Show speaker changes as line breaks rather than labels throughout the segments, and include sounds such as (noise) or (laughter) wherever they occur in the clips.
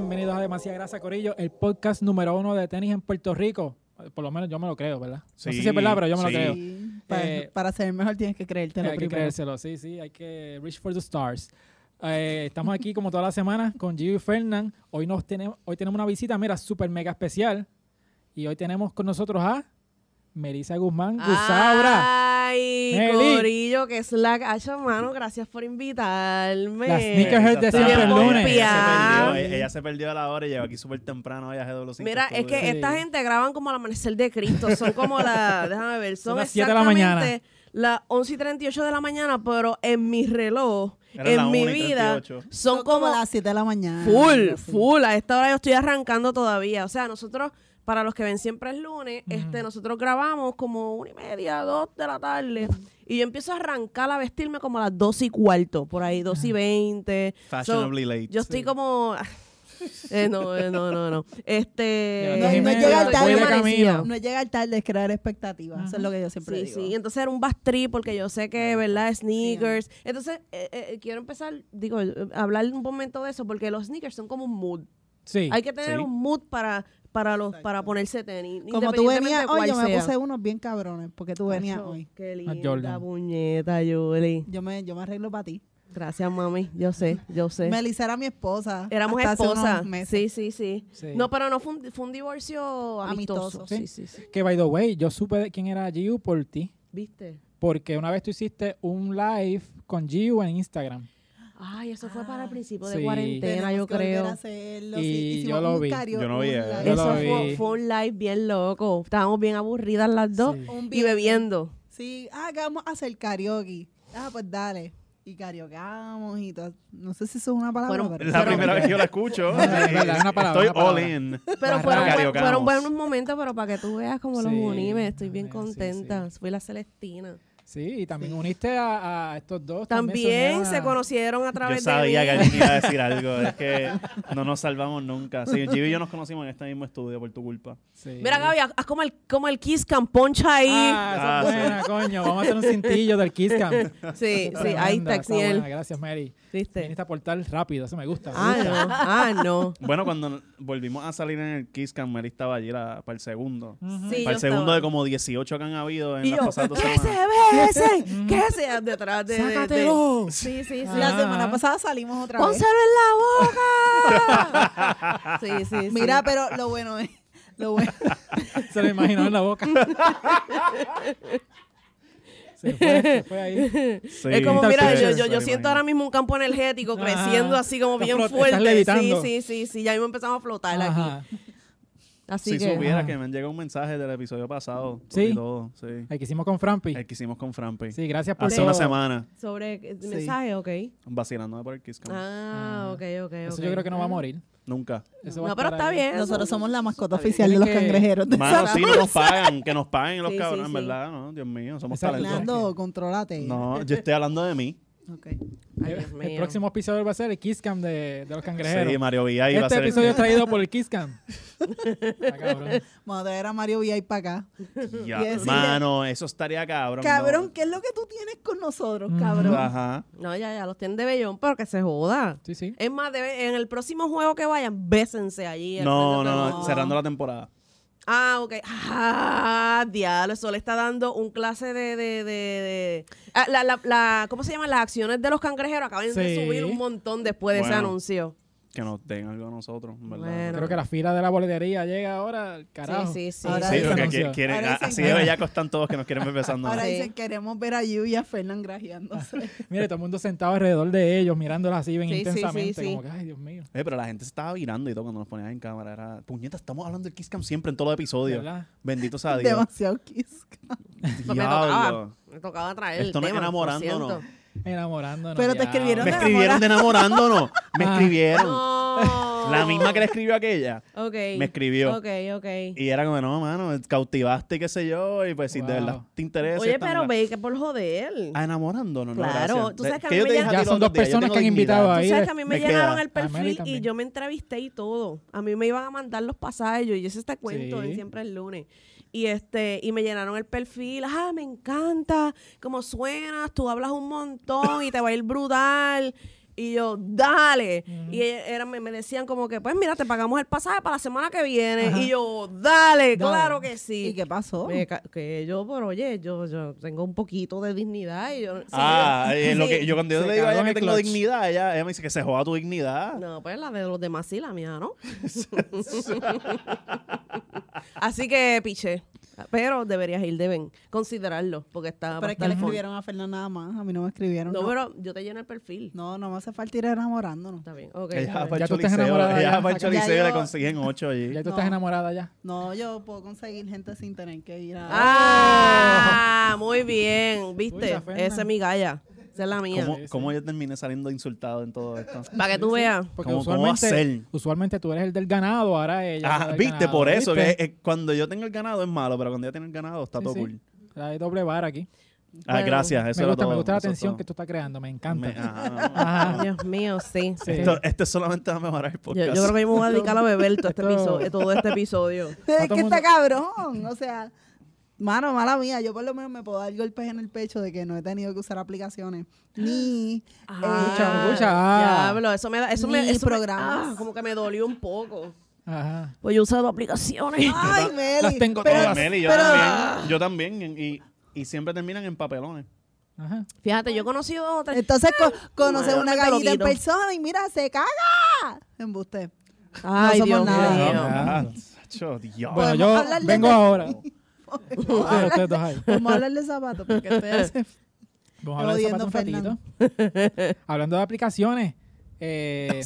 Demasiada Grasa, Corillo, el podcast número uno de tenis en Puerto Rico. Por lo menos yo me lo creo, ¿verdad? No sé si
Sí,
es verdad, pero yo me
sí.
lo creo.
Sí, para,
Eh,
para ser el mejor tienes que creértelo
hay que
primero.
creérselo, sí, sí, hay que reach for the stars. Eh, estamos aquí como toda la semana con Gio y Fernán. Hoy, nos tenemos, hoy tenemos una visita, mira, súper mega especial. Y hoy tenemos con nosotros a Melissa Guzmán
Ah,
Gusabra.
Ay,
Meli.
Corillo, que slack. Ay, mano, gracias por invitarme.
Las sneakers de
Ella
siempre el
está-
lunes.
Ella se,
Pompeada.
perdió, ella se perdió a la hora y llegó aquí súper temprano. Ella GW5
Mira, es que
Studios.
Sí.
esta gente graban como al amanecer de Cristo. Son como
(laughs)
la. déjame ver. Son,
Son las siete de la
exactamente
mañana.
Las 11 y 38 de la mañana, pero en mi reloj,
Era
en
la
mi
1 y
vida,
38.
son, como,
las 7 de la
Ah,
mañana.
full,
así.
full. A esta hora yo estoy arrancando todavía. O sea, nosotros, para los que ven siempre el lunes, este, nosotros grabamos como una y media, dos de la tarde. Y yo empiezo a arrancar a vestirme como a las dos y cuarto, por ahí, dos y veinte.
Fashionably late.
Yo estoy como. (laughs) Eh, no, eh, no, no, no. Este.
No,
Dos y
no
media,
llega
voy de
tarde.
camino.
No es llegar tarde, es crear expectativas. Eso es lo que yo siempre
Sí,
digo.
sí. Entonces era un bastrí porque yo sé que, ¿verdad? Sneakers. Entonces, eh, eh, quiero empezar, digo, eh, hablar un momento de eso porque los sneakers son como un mood.
Sí,
Hay que tener
Sí.
un mood para, para, los, para ponerse tenis.
Como tú venías
independientemente de
hoy,
cuál
yo me
sea.
puse unos bien cabrones, porque tú venías
Acho,
hoy.
Qué
Jordan.
linda puñeta, Julie.
Yo me, yo me arreglo para ti.
Gracias, mami. Yo sé, yo sé.
Melissa era mi esposa.
Éramos
hasta hace unos
esposas.
meses.
Sí, sí, sí,
Sí.
No, pero no fue un, fue un divorcio amistoso.
Amistoso.
Sí.
Sí, sí, sí.
que by the way, yo supe de quién era Giu por ti.
¿Viste?
Porque una vez tú hiciste un live con Giu en Instagram.
Ay, eso fue para el principio
Sí.
de cuarentena,
Ah. Tenemos
yo
que volver
creo.
a hacerlo,
Y
sí. Hicimos
yo lo
un
vi.
karaoke,
Yo no vi
un
eso.
live.
Yo lo
Eso
vi.
fue, fue un live bien loco. Estábamos bien aburridas las dos
Sí.
Un
y
viernes.
bebiendo.
Sí, ah, que vamos a hacer karaoke. Ah, pues dale. Y karaokeamos y todo. No sé si eso es una palabra.
Fueron-
pero-
Es la
Pero-
primera vez que yo la
(laughs)
escucho.
Es verdad, es una palabra,
estoy
una palabra.
all in.
Pero
Barra-
fueron, buen-
Karaokeamos.
fueron buenos momentos, pero para que tú veas cómo los
Sí,
uní, me estoy bien
sí, sí.
contenta. Fui la Celestina.
Sí, y también uniste a, a estos dos.
También se
conocieron.
conocieron a
Yo
través
sabía que
de mí.
alguien iba a
(laughs)
decir algo. Es que no nos salvamos nunca. Sí, Gio y yo nos conocimos en este mismo estudio por tu culpa.
Mira, Gaby, haz haz como el, como el Kiss Cam, poncha ahí.
Ah, esa es buena, coño. Vamos a hacer un cintillo del Kiss Cam.
(laughs) sí, sí,
Tremenda,
ahí está
buena.
Xiel.
Gracias, Mary.
¿Viste?
Viniste a aportar rápido, eso me gusta. me
Ah,
gusta.
no. Ah, (laughs) no.
Bueno, cuando volvimos a salir en el Kiss Cam, Mary estaba allí la- para el segundo.
Sí,
para
yo
el segundo
estaba-
de como 18 que han habido en
Y
las
yo,
pasadas dos
¿qué
semanas.
se (laughs) ve ese? ¿Qué se detrás de, de- de-
¡Sácatelo!
Sí, sí, sí.
La
Ah.
semana pasada salimos otra vez.
¡Pónselo en la (laughs) boca! sí, sí, sí.
Mira, pero lo bueno es. Lo
(laughs)
bueno.
(laughs) Se lo imaginó en la boca. se fue, se fue ahí.
Sí,
es como,
sí,
mira,
sí, sí,
yo, yo,
se
yo
lo
siento
imagino.
ahora mismo un campo energético
Ajá.
creciendo así como
Estás
bien
flot- estás
fuerte. Sí,
levitando.
sí, sí, sí. Ya mismo empezamos a flotar aquí.
Ajá.
Así
Si
que.
supiera
Ajá.
que me han llegado un mensaje del episodio pasado.
Sí.
Y todo, sí.
El que hicimos con Frampi.
El que hicimos con Frampi.
Sí, gracias por
Hace
todo.
una semana.
Sobre eh, mensaje, ok.
Vacilándome por el Kiss Cam.
Ah,
Ah.
ok, ok.
Eso
ok.
yo creo que no va a morir. (laughs)
Nunca.
Eso va a
No, pero
estar
está
ahí.
bien.
Nosotros somos la mascota
Está bien.
oficial de los
Tienes que-
cangrejeros. de
Mano,
San-
sí, no nos pagan. Que nos paguen los
Sí, sí,
cabrones,
sí.
¿verdad? No, Dios mío, somos
Exacto.
talentosos.
Fernando, contrólate.
No, yo estoy hablando
(laughs)
de mí.
Ok.
Ay, Dios
El
mío.
próximo episodio va a ser el Kiss Cam de, de los cangrejeros.
Sí, Mario Villa iba a
este
ser.
episodio es traído por el Kiss Cam. Está cabrón.
Vamos a traer a Mario Villay para acá.
(laughs)
Ya,
Y decirle-
Mano, eso estaría cabrón.
Cabrón,
no.
¿qué es lo que tú tienes con nosotros,
Mm.
cabrón?
Ajá.
No, ya, ya, los tienen de vellón, pero que se joda.
Sí, sí.
Es más, debe- en el próximo juego que vayan, bésense allí. al
No,
frente de
no,
todo.
cerrando la temporada.
Ah, ok. Ah, diablo, eso le está dando un clase de... de, de, de- Ah, la, la, la- ¿Cómo se llaman? Las acciones de los cangrejeros acaban de
Sí.
subir un montón después de ese
Bueno.
anuncio.
Que nos den algo a nosotros, en ¿verdad?
Bueno.
Creo que la fila de la boletería llega ahora, carajo.
Sí, sí, sí.
Ahora
Sí,
dicen-
porque
Anuncio.
qui- quieren-
Ahora dicen-
así de bellacos están todos que nos quieren ver besando.
Ahora
Sí.
dicen, queremos ver a Yu y a Fernán grajeándose.
Mire, todo el mundo sentado alrededor de ellos, mirándolas así bien
Sí, sí,
intensamente,
sí, sí.
como que, ay, Dios mío.
Eh, pero la gente se estaba virando y todo cuando nos ponías en cámara. Era, puñeta, estamos hablando del Kiss Cam siempre en todos los episodios.
¿Verdad?
Bendito
(laughs)
(laughs)
sea Dios.
Demasiado kiss.
Pues me tocaba,
Diablo.
me tocaba traer el
Esto no es
tema, por
enamorándonos. (laughs)
cierto.
Enamorándonos.
Pero te
diablo.
escribieron
Me
de-
escribieron de
(laughs)
enamorándonos. Me
Ah.
escribieron.
No.
La misma que le escribió aquella.
Ok.
Me escribió.
Ok, ok.
Y era como, no, mano, cautivaste, qué sé yo. Y pues si
Wow.
de verdad te interesa.
Oye,
esta
pero
mierda-
ve que por joder.
Ah, enamorándonos, no,
Claro,
gracias.
tú sabes que a
Que
mí
yo
me
te dije
llama-
a ti
Ya
los
son
otros
dos
días, yo
personas
tengo
que han
dignidad.
invitado ahí.
Tú sabes que a mí me,
me queda.
llenaron el
A Meli
perfil y
también.
yo me entrevisté y todo. A mí me iban a mandar los pasajes, yo hice este cuento en
Sí.
siempre el lunes. Y este, y me llenaron el perfil, ah, me encanta, como suenas, tú hablas un montón y te va a ir brutal. Y yo, dale.
Ujú.
Y ella- era- me, me decían como que, pues mira, te pagamos el pasaje para la semana que viene. Y yo,
Dale.
dale, claro que sí. Oh.
¿Y qué pasó?
Me ca- que yo, pero oye, yo, yo tengo un poquito de dignidad. Y yo, sí,
ah,
yo-
eh, lo
sí.
que, yo cuando yo
Se
le digo a
cagó
ella
en
que
el
tengo
clutch.
dignidad, ella, ella me dice que se joda tu dignidad.
No, pues la de los demás sí, la mía, ¿no? (laughs) Así que piché. Pero deberías ir, deben considerarlo, porque está
Pero es que le
bastante fun.
escribieron a Fernanda nada más. A mí no me escribieron.
No,
No,
pero yo te lleno el perfil.
no, no me hace falta ir enamorándonos.
Está bien, ok.
Ella va
está bien.
para
Ya
el
tú estás
choliseo,
enamorada,
ella
ya.
va para el
Ya
choliseo y
yo-
le consiguen ocho
(laughs)
allí.
Ya tú
No.
estás enamorada ya.
No, yo puedo conseguir gente sin tener que ir a...
Ah, muy bien,
Uy,
¿viste?
la Fernan.
Esa es mi galla. Esa es la mía.
¿Cómo, cómo yo terminé saliendo insultado en todo
(laughs)
esto?
Para que tú veas.
Porque
¿Cómo- cómo va a
usualmente,
ser?
usualmente tú eres el del ganado, ahora ella. es la
Ah,
del
viste,
ganado,
por eso,
¿viste?
que eh, cuando yo tengo el ganado es malo, pero cuando yo tengo el ganado está
Sí,
todo
sí.
cool.
Hay doble vara aquí.
Ah,
Bueno,
gracias, eso
me
era
gusta, me
todo,
gusta la
eso es
atención
todo.
que tú estás creando, me encanta.
Me- ah.
(laughs)
ajá.
Ah.
Ajá.
Dios mío, sí.
Sí.
Esto, esto solamente va a mejorar el
Yo,
podcast.
yo creo que yo me voy a dedicar a beber todo este,
Esto-
episodio, todo
(laughs)
este episodio.
Está
Es
todo
que
mundo-
está cabrón. O sea, mano, mala mía. Yo por lo menos me puedo dar golpes en el pecho de que no he tenido que usar aplicaciones. Ni.
Ah.
eh,
Escucha, escucha.
Diablo, eso me da. Eso me,
Ni
eso me-
programas.
ah, como que me dolió un poco.
Ajá.
Pues yo he usado aplicaciones.
Ay, Meli.
Las tengo
Pero-
todas.
Meli, yo
pero-
también. Yo también. Y, y siempre terminan en papelones.
Ajá.
(laughs) Fíjate, yo he conocido dos o
Eh,
tres.
Entonces co- conoces
Bueno,
una
me te lo
gallita en
quito.
persona y mira, se caga. Embuste.
Ay,
No somos
Dios
nada.
mío.
Ah, sacho,
Bueno,
Dios.
Podemos
yo
hablar de-
vengo ahora. Ustedes, (laughs) ustedes dos ahí.
Vamos a hablar de zapatos porque
(laughs)
estoy hace-
Vamos a hablar de
Jodiendo,
zapatos un ratito. (laughs) Hablando de aplicaciones, eh,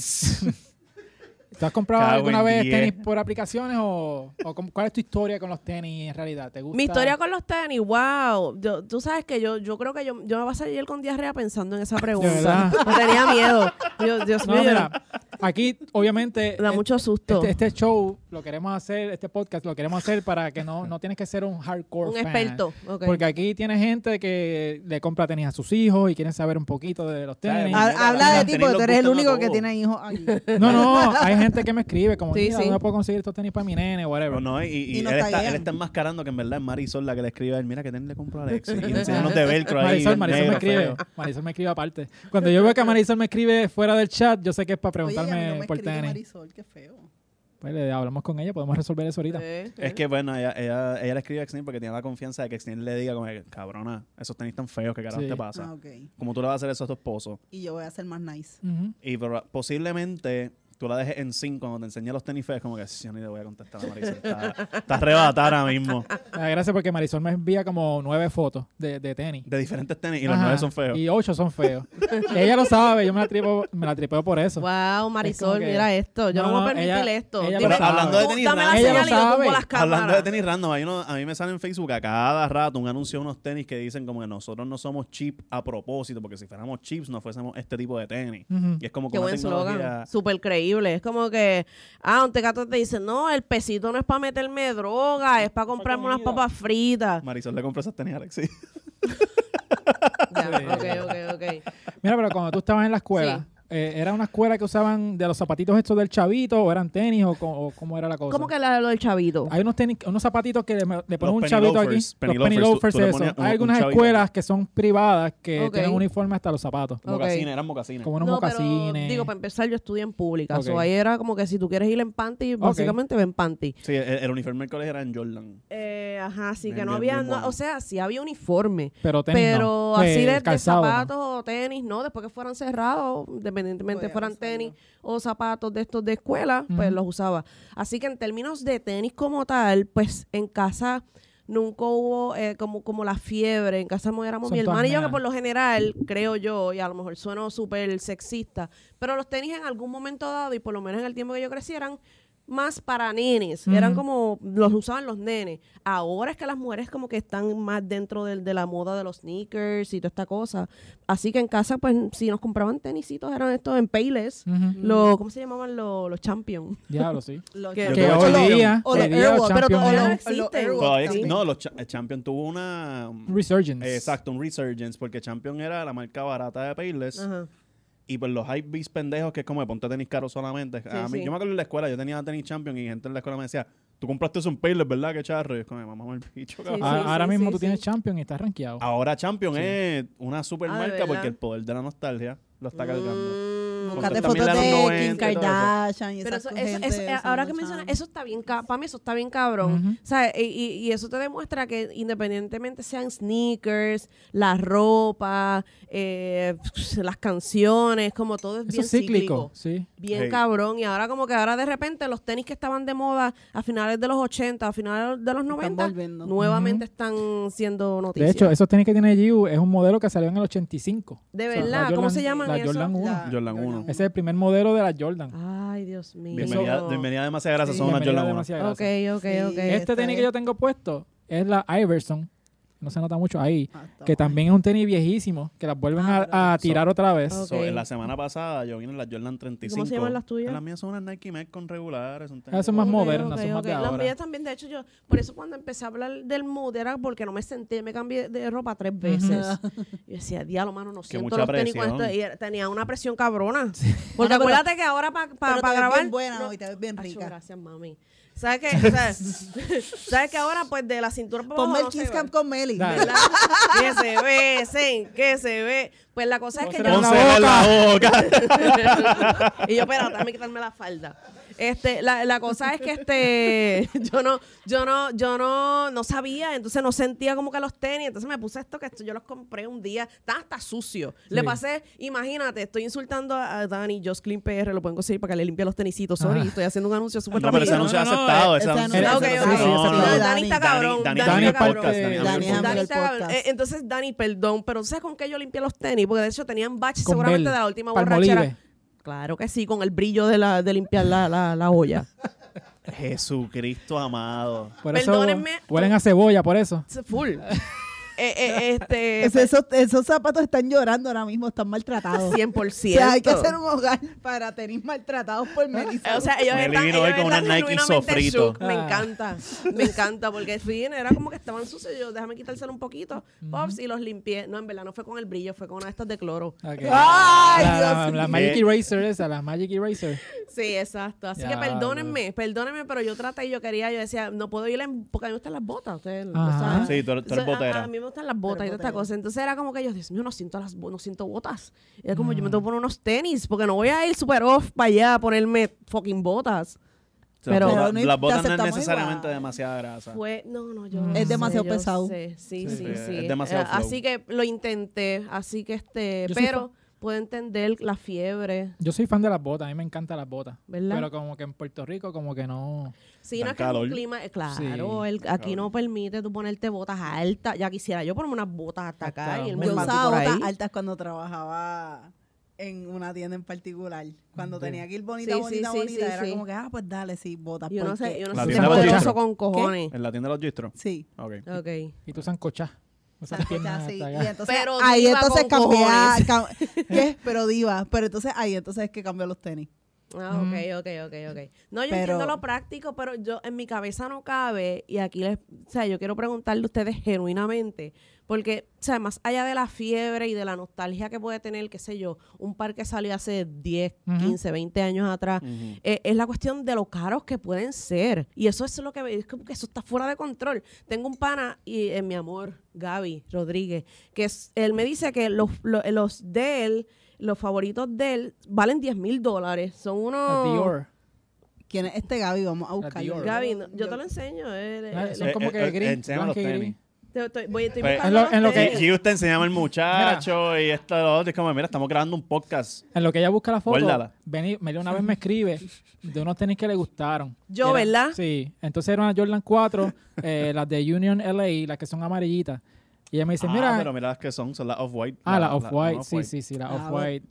¿tú has comprado
Cago
alguna
en
vez
diez.
tenis por aplicaciones o, o cómo- cuál es tu historia con los tenis en realidad? ¿Te gusta?
Mi historia con los tenis, wow. Yo- tú sabes que yo, yo creo que yo, yo me voy a salir con diarrea pensando en esa pregunta.
verdad.
(laughs) No tenía miedo. Yo- Dios
No,
mío, yo-
mira, aquí obviamente
me (laughs) da
eh,
mucho susto.
este, este show lo queremos hacer, este podcast lo queremos hacer para que no, no tienes que ser un hardcore
Un
fan.
experto. ok.
Porque aquí tiene gente que le compra tenis a sus hijos y quieren saber un poquito de los tenis.
Ah.
Claro,
Ha- Habla de
Tenis
ti porque
nos
tú eres el
gustan a
único que
todos.
tiene hijos aquí.
No, no, hay gente que me escribe como,
Sí,
mira,
sí.
¿dónde puedo conseguir estos tenis para mi nene? Whatever.
Pero no, y, y
Y nos
él, está,
taguean.
él está enmascarando que en verdad es Marisol la que le escribe a él. Mira que tenés le compro a Alex. Y
(laughs)
enseñarnos de velcro ahí.
Marisol,
bien
Marisol me
negro,
escribe.
feo.
Marisol me escribe aparte. Cuando yo veo que Marisol me escribe fuera del chat, yo sé que es para
Oye, y a mí
preguntarme
no me
por
escribe
tenis.
Marisol, qué feo.
Pues le hablamos con ella, podemos resolver eso ahorita.
Eh, eh.
Es que bueno, ella, ella, ella le escribe a Xnil porque tiene la confianza de que Xnil le diga como que, cabrona, esos tenis tan feos, ¿qué carajo
Sí.
te
Ah,
pasa?
ok.
Como tú le vas a hacer eso a tu esposo.
Y yo voy a ser más nice.
Ujú.
Y proba- posiblemente tú la dejes en zinc cuando te enseñe los tenis feos, como que "Sí, yo ni le voy a contestar a Marisol. Está, está arrebatada ahora mismo
Ah, Gracias porque Marisol me envía como nueve fotos de, de tenis.
de diferentes tenis y los
Ajá,
nueve son feos.
Y ocho son feos.
(laughs)
ella lo sabe, yo me la, tripo, me la tripeo por eso.
Wow, Marisol,
Es como que-
mira esto. Yo no,
No,
voy a permitir
ella-
esto.
ella
Dime-
lo sabe.
Hablando de tenis,
Dame la
nada. Ella lo
señal y yo
sabe.
tumbo las cámaras.
Hablando de tenis random, hay uno- a mí me sale en Facebook a cada rato un anuncio de unos tenis que dicen como que nosotros no somos cheap a propósito, porque si fuéramos chips no fuésemos este tipo de tenis.
Ujú.
Y es como que
Qué
una
buen
tecnología-
slogan. Súper creíble. Es como que, ah, un tecato te dice, no, el pesito no es para meterme droga, es para comprarme unas
comida.
(laughs)
papas fritas.
Marisol le compró esas tenis a Alexis.
Ya,
Sí.
ok, ok, ok.
Mira, pero cuando tú estabas en la escuela, eh, ¿era una escuela que usaban de los zapatitos estos del chavito o eran tenis o, co- o cómo era la cosa?
¿Cómo que la de lo del chavito?
Hay unos tenis, unos zapatitos que le, le ponen
Los
un
penny
chavito
loafers,
aquí.
penny
los penny loafers,
loafers, tú- tú le
eso.
ponías un-
Hay algunas
un chavito.
escuelas que son privadas que
Ok.
tienen uniforme hasta los zapatos.
Ok.
Mocasines, eran mocasines.
Como unos
no,
mocasines.
pero digo, pues, para empezar, yo estudié en pública.
Ok.
so, ahí era como que si tú quieres ir en panty, básicamente ven panty.
Sí, el, el uniforme del colegio era en Jordan.
Eh, ajá, así que
Bien,
no
bien,
había,
bien
no-
bueno.
o sea, sí había uniforme.
Pero tenis
Pero
no.
así
Eh,
de, de
calzado, ¿no?
zapatos o tenis, no, después que fueran cerrados, independientemente
Podías
fueran
usarlo.
tenis o zapatos de estos de escuela, pues
Ujú.
los usaba. Así que en términos de tenis como tal, pues en casa nunca hubo eh, como, como la fiebre, en casa mo- éramos
Son
mi hermana
todas
y yo que
nenas.
por lo general, creo yo, y a lo mejor sueno súper sexista, pero los tenis en algún momento dado y por lo menos en el tiempo que yo crecieran, más para nenes, eran
Ujú.
como los usaban los nenes. Ahora es que las mujeres como que están más dentro del- de, la moda de los sneakers y toda esta cosa. Así que en casa, pues, si nos compraban tenisitos, eran estos en Payless.
Ujú.
Los, ¿Cómo se llamaban los, los Champions?
Diablo, sí.
Los
Que-
Yo
que
tuve
hoy
Champion.
día,
o
hoy
los
día
Airwalk,
los
pero
Champions
todavía no
es
Los
existen.
Airwalk
Todavía ex-
también.
no, los cha- eh, Champion tuvo una...
Resurgence.
eh, Exacto, un resurgence, porque Champion era la marca barata de Payless.
Ajá.
Y pues los hype beats pendejos, que es como de ponte tenis caro solamente. A mí-
sí.
Yo me acuerdo en la escuela, yo tenía tenis Champion y gente en la escuela me decía, tú compraste eso en Payless, ¿verdad? Que charro. Y es como, mamá, el bicho, cabrón.
Ah,
Sí, sí,
ahora
sí,
mismo
sí,
tú
sí.
tienes Champion y estás
Ah.
rankeado.
Ahora Champion es una super
Ah, ¿de
marca
verdad? Ah,
porque el poder de la nostalgia lo está cargando.
Buscate
También
fotos
la de los
de Kim
90 y todo eso.
Kardashian y
Pero
esas
eso,
cosas.
eso- eso- ahora que mencionas, eso está bien, ca- para mí eso está bien cabrón.
Ujú.
O sea, y, y- y eso te demuestra que independientemente sean sneakers, la ropa, eh, las canciones, como todo es
Eso
bien
es cíclico, sí.
Bien
Hey.
cabrón. Y ahora como que ahora de repente los tenis que estaban de moda a finales de los 80, a finales de los 90,
volviendo.
nuevamente
Ujú.
están siendo noticias.
De hecho, esos tenis que tiene Giu es un modelo que salió en el 85.
De
O sea, la
verdad, ¿cómo
Jordan-
se llaman
La
eso?
Jordan 1.
Jordan uno.
Ese es el primer modelo de la Jordan.
Ay, Dios mío.
Bienvenida, bienvenida demasiadas gracias,
Sí.
son una
Bienvenida,
Jordan 1.
demasiadas
Ok,
gracias.
ok,
Sí.
ok.
Este
Eh, Este
tenis
es-
que yo tengo puesto es la Iverson. No se nota mucho ahí.
Ah, está
Que
bueno.
también es un tenis viejísimo. Que las vuelven
Ah,
a, a tirar otra vez.
Ok.
So, en la semana pasada yo vine en las Jordan 35.
¿Cómo se llaman las tuyas?
Las mías son unas Nike Mac con regulares. Son
Ah, son más
Ok,
modernas,
ok,
son más
ok.
de
Las
ahora.
mías también, de hecho, yo, por eso cuando empecé a hablar del mood era porque no me senté, me cambié de ropa tres veces.
(laughs)
Yo decía, diablo, mano, no siento
mucha
los tenis con esto.
presión.
Y era- tenía una
(laughs)
presión cabrona. Porque
Bueno, Ah, pero-
acuérdate que ahora para
Pero te ves
grabar.
bien buena
no-
hoy, te ves bien
Acho,
rica.
gracias, mami. ¿Sabes qué? O
(laughs)
sea, (laughs) ¿Sabes qué ahora? Pues de la cintura para abajo
Ponme el
no se
Kiss
ve.
Camp con Meli.
Dale.
¿Verdad? (laughs) que se besen, que se ve. Pues la cosa es que
Ponce
yo...
la
Pónselo en la boca.
(laughs)
y yo, espera, déjame quitarme la falda. Este, la, la cosa es que este, (laughs) yo no, yo no, yo no, no sabía, entonces no sentía como que los tenis, entonces me puse esto que esto- yo los compré un día, estaba hasta sucio. Le
Sí.
pasé, imagínate, estoy insultando a a Dani, Just Clean PR, lo pueden conseguir para que le limpie los tenisitos, sorry,
Ah.
estoy haciendo un anuncio súper
No, pero ese
rapidito.
anuncio es
no, no,
aceptado.
eh,
ese
ese
anuncio-
anuncio-
Ah, ok, ok.
Sí, sí, sí,
No,
aceptado.
Dani,
Dani
está cabrón.
Dani,
Dani
está
es
cabrón.
podcast, Dani es
Dani
amigo del
Dani
podcast.
está cabrón. Eh, entonces, Dani, perdón, pero ¿tú sabes con qué yo limpié los tenis? Porque de hecho tenían baches
Con
seguramente
Bell,
de la última
Palmolive.
borrachera. Claro que sí, con el brillo de, la, de limpiar la, la, la olla.
Jesucristo amado.
Por eso
Perdónenme.
huelen a cebolla, por eso.
Es Full. (laughs) Eh, eh, este,
Es- Esos, esos zapatos están llorando ahora mismo, están maltratados.
100%.
O sea, hay que hacer un hogar para tener maltratados por Melissa.
Eh, O sea, ellos
Me
están,
vino
ellos
hoy con
están
unas Nike
genuinamente
sofrito.
shook. Me
Ah.
encanta, me encanta, porque fin era como que estaban sucios. y Yo, déjame quitárselo un poquito, pops, y los limpié. No, en verdad no fue con el brillo, fue con una de estas de cloro.
Ok.
¡Ay,
la,
Dios
la- la
mío.
Magic Eraser esa, la Magic Eraser.
Sí, exacto. Así que
Diablo.
perdónenme, perdónenme, pero yo traté y yo quería, yo decía, no puedo ir en, porque a mí me gustan las botas, ustedes lo
Ah.
Ajá.
saben.
Sí, tú eres- tú eres
So, a-
botera.
A, mí me gustan las botas y toda esta
botera.
cosa. Entonces era como que yo, Dios mío, no siento las bo- no siento botas. Era como yo me tengo que poner unos tenis, porque no voy a ir super off para allá a ponerme fucking botas. Pero-
las botas-
Pero no-
las botas no
te
es
aceptamos
necesariamente
igual.
demasiada grasa.
Fue, no, no, yo
Es
no sé,
demasiado
yo
pesado.
sé. Sí,
Sí.
sí, sí.
Ah. Es demasiado
Eh,
flow.
así que lo intenté, así que este,
Yo soy
pero puedo entender la fiebre,
Yo soy fan de las botas, a mí me encantan las botas.
¿verdad?
Pero como que en Puerto Rico, como que no.
Sí, no
Tan
es que es un
calor.
clima, eh, claro, el- aquí no permite tú ponerte botas altas. Ya quisiera yo ponerme unas botas hasta acá
Hasta
y irme
Me
Yo
en
mandó
usaba
por ahí.
botas altas cuando trabajaba en una tienda en particular. Cuando
Sí.
tenía que ir bonita,
Sí, sí,
bonita,
sí,
bonita,
sí,
era
sí.
como que, ah, pues dale, sí, botas.
Yo no sé,
porque-
yo
La
no sé,
tienda de los
poderoso
gistros.
con cojones.
En la tienda de los distros.
Sí.
Ok.
Ok.
Y tú sancochas. Esas
Ajá,
piernas
sí,
hasta
y
acá.
entonces
Pero
ahí
diva
entonces
con
cambié a-
cojones.
cam- ¿Qué? Pero diva. Pero entonces ahí entonces es que cambió los tenis.
Ah,
Mm.
ok, ok, ok, ok. No, yo
Pero-
entiendo lo práctico, pero yo en mi cabeza no cabe, y aquí les, o sea, yo quiero preguntarle a ustedes genuinamente, porque, o sea, más allá de la fiebre y de la nostalgia que puede tener, qué sé yo, un par que salió hace 10,
Ujú.
15, 20 años atrás,
Ujú.
eh, es la cuestión de lo caros que pueden ser. Y eso es lo que es como que eso está fuera de control. Tengo un pana y eh, mi amor, Gaby Rodríguez, que es- él me dice que los, lo- los, de él, los favoritos de él, valen 10 mil dólares. Son
Las
unos.
(laughs) Dior.
¿Quién es este Gaby? Vamos a buscarlo.
Dior.
Gaby, no, yo te lo enseño. eh, eh,
Ah,
eh,
Son
Eh,
como que
eh,
gris.
enséñame los
blanca y gris.
tenis.
te- estoy- voy- estoy
Pues,
buscando
en lo
los
que-
tenis.
Y usted enseñaba al muchacho y esto lo otro. Es como, mira, estamos grabando un podcast.
En lo que ella busca la foto,
Guárdala.
Beni- Meli una vez me escribe de unos tenis que le gustaron.
Yo, ¿verdad?
Sí. Entonces eran las Jordan 4, eh, las de Union LA, las que son amarillitas. Y ella me dice,
ah,
mira...
pero mira las que son, son las off-white.
ah, las
La-
Off-White.
la-
sí, sí, sí, las
Ah,
Off-white.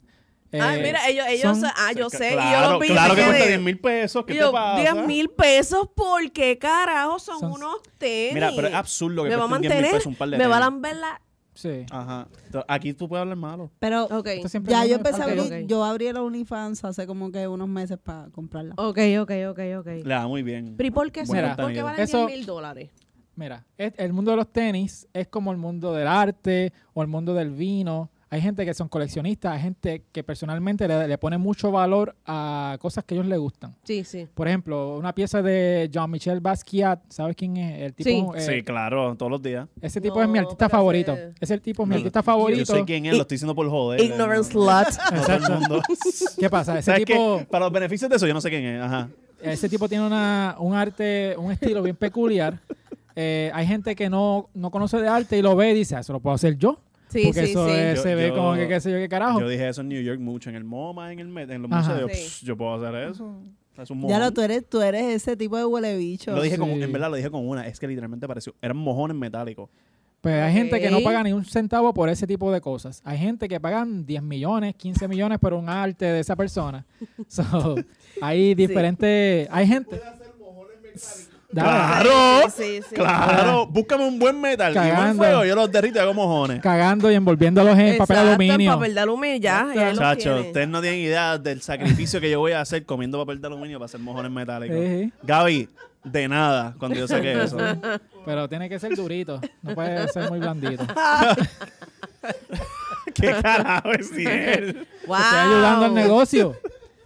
Ah,
Eh,
mira, ellos, ellos
son-
son- ah, yo sé, y yo
Claro,
los vi,
claro
me
que cuesta
quedé.
10 mil pesos. ¿Qué
Y
te
yo,
pasa?
10 mil pesos, ¿por qué carajo son,
Son-
unos tenis?
Mira, pero es ¿eh? absurdo que
me va a
cuesten 10 mil
mantener,
pesos un par de
me va a
tenis.
lamber la...
Sí.
Ajá. Entonces, Aquí tú puedes hablar malo.
Pero
Ok,
Esto siempre
ya
me-
yo empecé a
Ok,
abrir,
ok.
yo abrí el OnlyFans hace como que unos meses para comprarla.
ok, ok, ok, ok.
Le da muy bien.
Pero ¿y por qué son?
Mira,
¿Por qué valen
eso-
10 mil dólares?
Mira, es- el mundo de los tenis es como el mundo del arte o el mundo del vino. Hay gente que son coleccionistas, hay gente que personalmente le, le pone mucho valor a cosas que a ellos les gustan.
Sí, sí.
Por ejemplo, una pieza de Jean-Michel Basquiat, ¿sabes quién es? El tipo, eh,
sí, claro, todos los días.
Ese tipo es mi
No,
artista
pero
favorito.
ese-
Ese tipo es Pues mi
Yo-
artista
Yo
favorito.
sé quién es, lo estoy diciendo por joder. eh,
Ignorant
No, no,
slut.
no, todo el mundo.
¿Qué pasa? (laughs) Ese
¿Sabes qué?
tipo,
Para los beneficios de eso, yo no sé quién es. Ajá.
ese tipo tiene una, un arte, un estilo bien
(laughs)
peculiar. Eh, hay gente que no, no conoce de arte y lo ve y dice, "Ah, eso lo puedo hacer yo.
(laughs) Sí,
porque
sí,
eso
sí.
es- se
Yo-
ve
yo-
como que qué sé yo qué carajo.
Yo dije eso en New York mucho, en el MoMA, en, el, Met- en los
Ajá.
museos. Yo,
Sí.
"Pss, yo puedo hacer eso. Es un
Ya
mojón.
lo, tú eres, tú eres ese tipo de huele bicho.
Lo dije con,
Sí.
en verdad lo dije con una, es que literalmente pareció, eran mojones metálicos.
Pues hay gente que no
Ok.
paga ni un centavo por ese tipo de cosas. Hay gente que pagan 10 millones, 15 millones por un arte de esa persona. (laughs) So, hay diferentes... Hay gente... Dale,
¡Claro!
Sí,
(laughs)
sí.
¡Claro! Búscame un buen metal y buen
Cagando.
fuego, yo los derrito y hago mojones.
Cagando y envolviéndolos en papel
Exacto,
aluminio.
En papel de aluminio, ya. ya los
Chacho,
tiene.
ustedes no tienen idea del sacrificio que yo voy a hacer comiendo papel de aluminio para hacer mojones metálicos.
Sí, sí.
Gaby, de nada, cuando yo saqué
(laughs)
eso.
Pero tiene que ser durito. No
(laughs)
puede ser muy blandito.
¿Qué carajo es él?
Wow.
Estoy ayudando al negocio.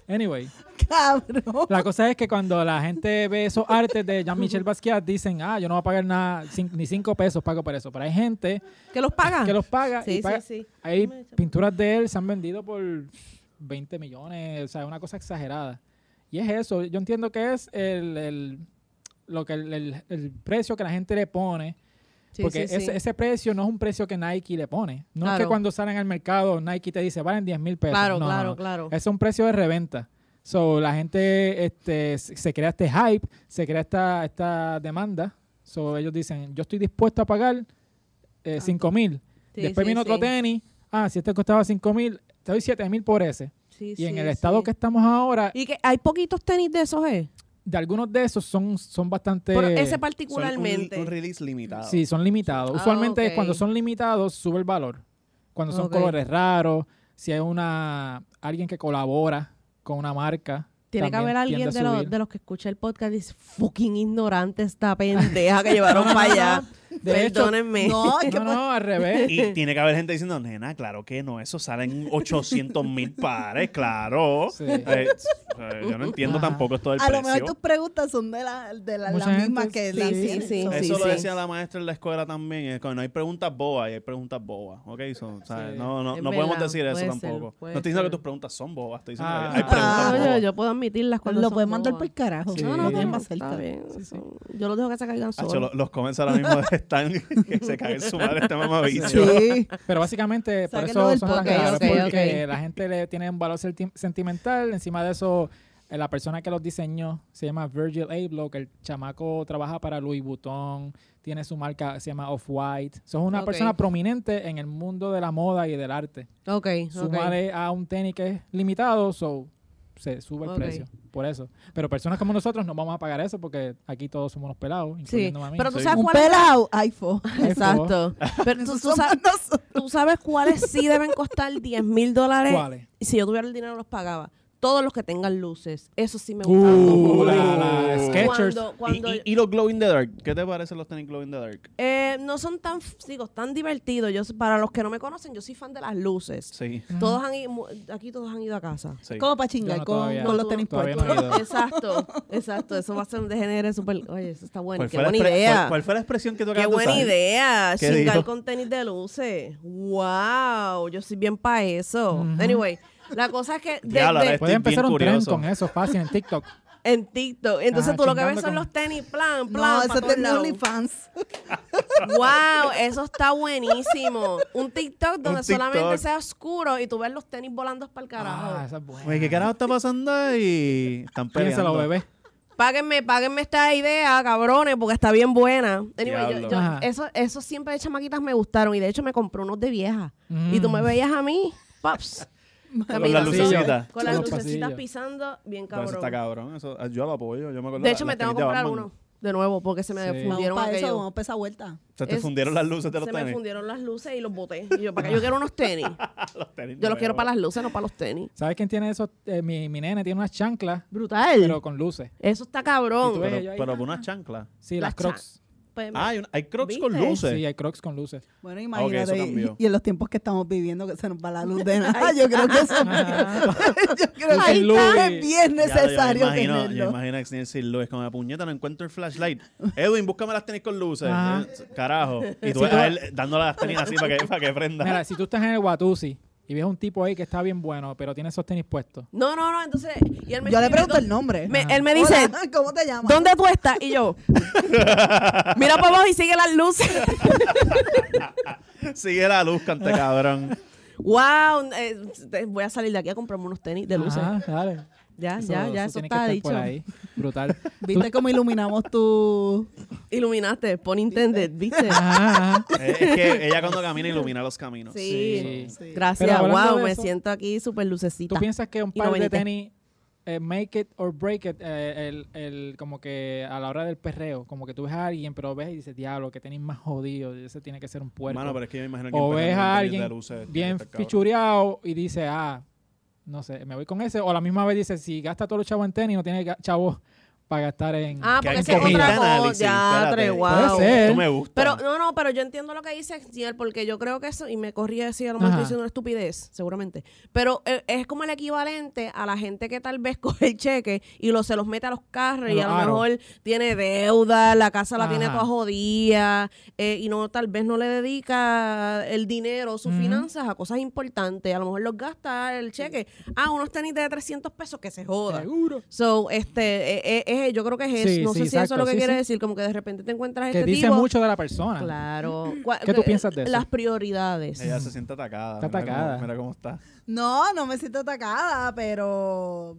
Anyway,
Cabrón.
la cosa es que cuando la gente ve esos artes de Jean-Michel Basquiat, dicen, ah, yo no voy a pagar nada, cin- ni cinco pesos pago por eso. Pero hay gente
¿Que los paga?
que los paga. y
Ah, Sí,
paga-
sí, sí.
Hay pinturas de él, se han vendido por 20 millones, o sea, una cosa exagerada. Y es eso, yo entiendo que es el, el- lo que el, el- el precio que la gente le pone,
Sí,
porque
sí, sí.
Ese, ese precio no es un precio que Nike le pone. No es que
Claro.
cuando salen al mercado Nike te dice, valen 10 mil pesos.
Claro,
No, no,
claro,
no.
claro.
Es un precio de reventa. So, la gente este, se se crea este hype, se crea esta, esta demanda. So, ellos dicen, yo estoy dispuesto a pagar eh,
Ah.
5 mil.
Sí,
Después
sí,
vino otro
sí.
tenis. Ah, si este costaba 5 mil, te doy 7 mil por ese.
Sí,
Y
sí,
en el estado
sí.
que estamos ahora,
Y que hay poquitos tenis de esos, ¿eh?
de algunos de esos son, Este, son bastante...
Pero ese
Son
particularmente.
Un, un release limitado.
Sí, son limitados.
Ah,
Usualmente
ok.
cuando son limitados sube el valor. Cuando son
Ok.
colores raros, si hay una alguien que colabora con una marca.
Tiene que
también
haber alguien
tiende
de
a
los,
subir.
de los que escucha el podcast y dice, fucking ignorante esta pendeja que llevaron para allá.
De hecho,
Perdónenme.
No, es que
No, pues, no, al revés.
Y tiene que haber gente diciendo, nena, claro que no, eso salen 800 mil pares, claro.
Sí.
Eh, eh, yo no entiendo
Ajá.
tampoco esto del
a lo
precio.
mejor tus preguntas son de, la, de la- las
Mucha gente,
mismas que
sí,
las
sí,
tienes.
sí.
So,
Eso lo
sí.
decía la maestra en la escuela también. Es cuando hay preguntas bobas y hay preguntas bobas. ¿Ok? So, o sea,
Sí.
No, no,
Es
no podemos
verdad,
decir eso
puede ser,
tampoco. no
puede
estoy diciendo
ser.
que tus preguntas son bobas. Estoy diciendo
Ah.
que hay preguntas
Ah,
Ah,
bobas.
yo, yo puedo admitirlas cuando
Lo
son
puedes mandar
bobas.
por carajo.
Sí.
No,
Sí,
no,
tienen
no,
más
está
cerca.
bien.
Sí, sí.
son- Yo los dejo que se caigan
Hacho,
solos.
lo- los comments ahora mismo (laughs) están que se caen su madre este mamabicho.
Sí.
Pero básicamente por
Sáquenlo
eso
del
son tan
podcast.
caros,
Ok, ok,
porque
ok.
la gente le tiene un valor senti- sentimental. Encima de eso, eh, la persona que los diseñó se llama Virgil Abloh, que el chamaco trabaja para Louis Vuitton, tiene su marca, se llama Off-White. So, es una
Ok.
persona prominente en el mundo de la moda y del arte.
Ok, ok.
Súmale a un tenis que es limitado, so se sube el
Ok.
precio. Por eso. Pero personas como nosotros no vamos a pagar eso porque aquí todos somos unos pelados,
Sí,
incluyendo a mí. (laughs)
pero tú
Sí.
sabes
Un
cuál es la-
pelado iPhone.
Exacto. Pero tú, tú sabes, tú sabes cuáles sí deben costar 10 mil dólares.
¿Cuáles?
Y si yo tuviera el dinero los pagaba. Todos los que tengan luces. Eso sí me gusta.
Uh, la, la Skechers.
Cuando,
Y,
cuando
y- y los glow in the dark. ¿Qué te parecen los tenis glow in the dark?
eh, no son tan, digo, tan divertidos. Yo, para los que no me conocen, yo soy fan de las luces.
Sí.
Todos han ido, aquí todos han ido a casa.
sí.
Como para
Yo
chingar
no,
con,
todavía.
con los tenis
Todavía
puestos.
no he ido.
Exacto, exacto. Eso va a ser un degenere súper. Oye, eso está bueno.
¿Cuál
Qué
fue la
buena
expre-
idea.
cuál- ¿Cuál fue la expresión que tú
Qué
acabas de
buena
usar?
idea.
¿Qué
Chingar
dijo?
con tenis de luces. Wow, yo soy bien para eso.
Ujú.
Anyway, la cosa es que de-
Diablo,
de-
la- Estoy
Puede empezar
bien
un tren
curioso.
con eso fácil en TikTok.
en TikTok, entonces
Ajá,
tú lo que ves
chingando
son
con-
los tenis, plan, plan.
No,
pa'
eso es
todos
de
lados.
OnlyFans.
Wow, eso está buenísimo. Un TikTok donde
Un TikTok.
solamente sea oscuro y tú ves los tenis volando para el carajo.
Ah, esa es buena.
Oye, ¿qué carajo está pasando ahí? Están
Piénsalo,
peleando.
bebé.
Páguenme, páguenme esta idea, cabrones, porque está bien buena. Anyway, yo-
Diablo.
yo-
Ajá.
eso, eso siempre de chamaquitas me gustaron y de hecho me compré unos de vieja. Y tú me
Mm.
veías a mí, pops.
Con las
Sí,
lucecitas.
Con las
Los
lucecitas
pasillos.
pisando, bien
Pero Eso está
cabrón.
cabrón. Eso, ah, yo lo apoyo. Yo me acuerdo
De hecho,
las
me tengo que
tenis de
comprar
Batman.
uno de nuevo porque se me
Sí.
Vamos
fundieron
para eso,
aquellos.
vamos para esa vuelta.
Se te
Es-
fundieron las luces de los
se me
tenis.
fundieron las luces y los boté. Y yo, ¿para qué yo quiero unos tenis?
Los tenis (laughs)
Yo los quiero
nuevos.
para las luces, no para los tenis.
¿Sabes quién tiene eso? Eh, mi, mi nene tiene unas chanclas,
Brutal.
pero con luces.
Eso está
Y
cabrón.
tú ves-
Pero,
Yo
Pero,
ahí-
pero con una chancla.
Sí,
Las
las crocs.
pues,
Ah, hay, una- hay crocs con
¿Viste?
luces.
Sí, hay crocs con
(laughs)
luces.
Bueno,
eso
imagínate. y-
cambió.
y, en los tiempos que estamos viviendo, que se nos va la luz de
(laughs)
nada. Yo creo que eso yo creo
Ahí
que
está.
es bien
Ya,
necesario
yo me imagino, Yo me
tenerlo.
imagino a Xeniel sin luz, como de puñeta, no encuentro el
(laughs)
flashlight. Edwin, búscame las tenis con luces.
Ajá.
Eh, Carajo. Y tú
Sí, tú-
a él dándole las tenis así para que, para que prenda.
Mira, si tú estás en el Watusi y ves a un tipo ahí que está bien bueno, pero tiene esos tenis puestos.
No, no, no, entonces. y él me
Yo le
escribe,
pregunto
"¿Dó-
el nombre.
me-
Ajá.
él me dice,
Hola, ¿cómo te llamas?
¿dónde tú estás? Y
(laughs)
yo, mira para abajo y sigue las luces. (laughs)
Sigue la luz, cante
(laughs)
cabrón. Eh,
wow, eh, te- voy a salir de aquí a comprarme unos tenis de luces.
Ajá, dale.
Ya, ya, ya, eso,
Ah, tiene que
está
estar
dicho.
por ahí.
(laughs)
Brutal.
¿Viste cómo iluminamos tu...?
Iluminaste, pon intended, ¿viste?
Ajá, ajá.
Eh, es que ella cuando camina ilumina los caminos.
Sí.
Sí. (laughs) Pero
Gracias,
hablando
wow,
de
me
eso-
siento aquí súper lucecita.
¿Tú piensas que un
Y
par de
novenita.
tenis, eh, make it or break it, eh, el, el- como que a la hora del perreo, como que tú ves a alguien, pero ves y dices, diablo, que tenis más jodido, ese tiene que ser un puerco.
Mano, pero es que yo me imagino que
o
un perro
ves
con
a
tenis de
alguien
luces, tiene que
bien
estar cabrón.
Ah,
fichureado y dices, ah, no sé, me voy con ese. O a la misma vez dices, si gasta todo el chavo en tenis, no tiene ga- chavos para gastar en...
Ah,
Que
porque
hay
esa es
comida.
otra cosa.
Análisis,
Ya,
espérate.
tre,
Puede
wow.
ser.
Tú me gusta.
Pero no, no, pero yo entiendo lo que dice Giel, porque yo creo que eso, y me corrí a decir, a lo mejor
Ajá.
estoy diciendo una estupidez, seguramente, pero eh, es como el equivalente a la gente que tal vez (laughs) coge el cheque y lo, se los mete a los carros
A
y
los
a lo
aros.
mejor tiene deuda, la casa la tiene
Ajá.
toda jodida eh, y no tal vez no le dedica el dinero, sus
Ujú.
finanzas a cosas importantes, a lo mejor los gasta el cheque, ah, unos tenis de 300 pesos que se joda.
Seguro.
So, este, eh, eh, eh, yo creo que es eso.
Sí,
no
sí,
sé si eso
exacto,
es lo que
sí,
quiere
sí.
decir, como que de repente te encuentras
Que
este
dice
tipo.
mucho de la persona.
Claro. Cua-
¿Qué tú
eh,
piensas de eso?
Las prioridades.
Ella se siente atacada.
Está
Mira cómo-
atacada.
Mira cómo está.
No, no me siento atacada, pero...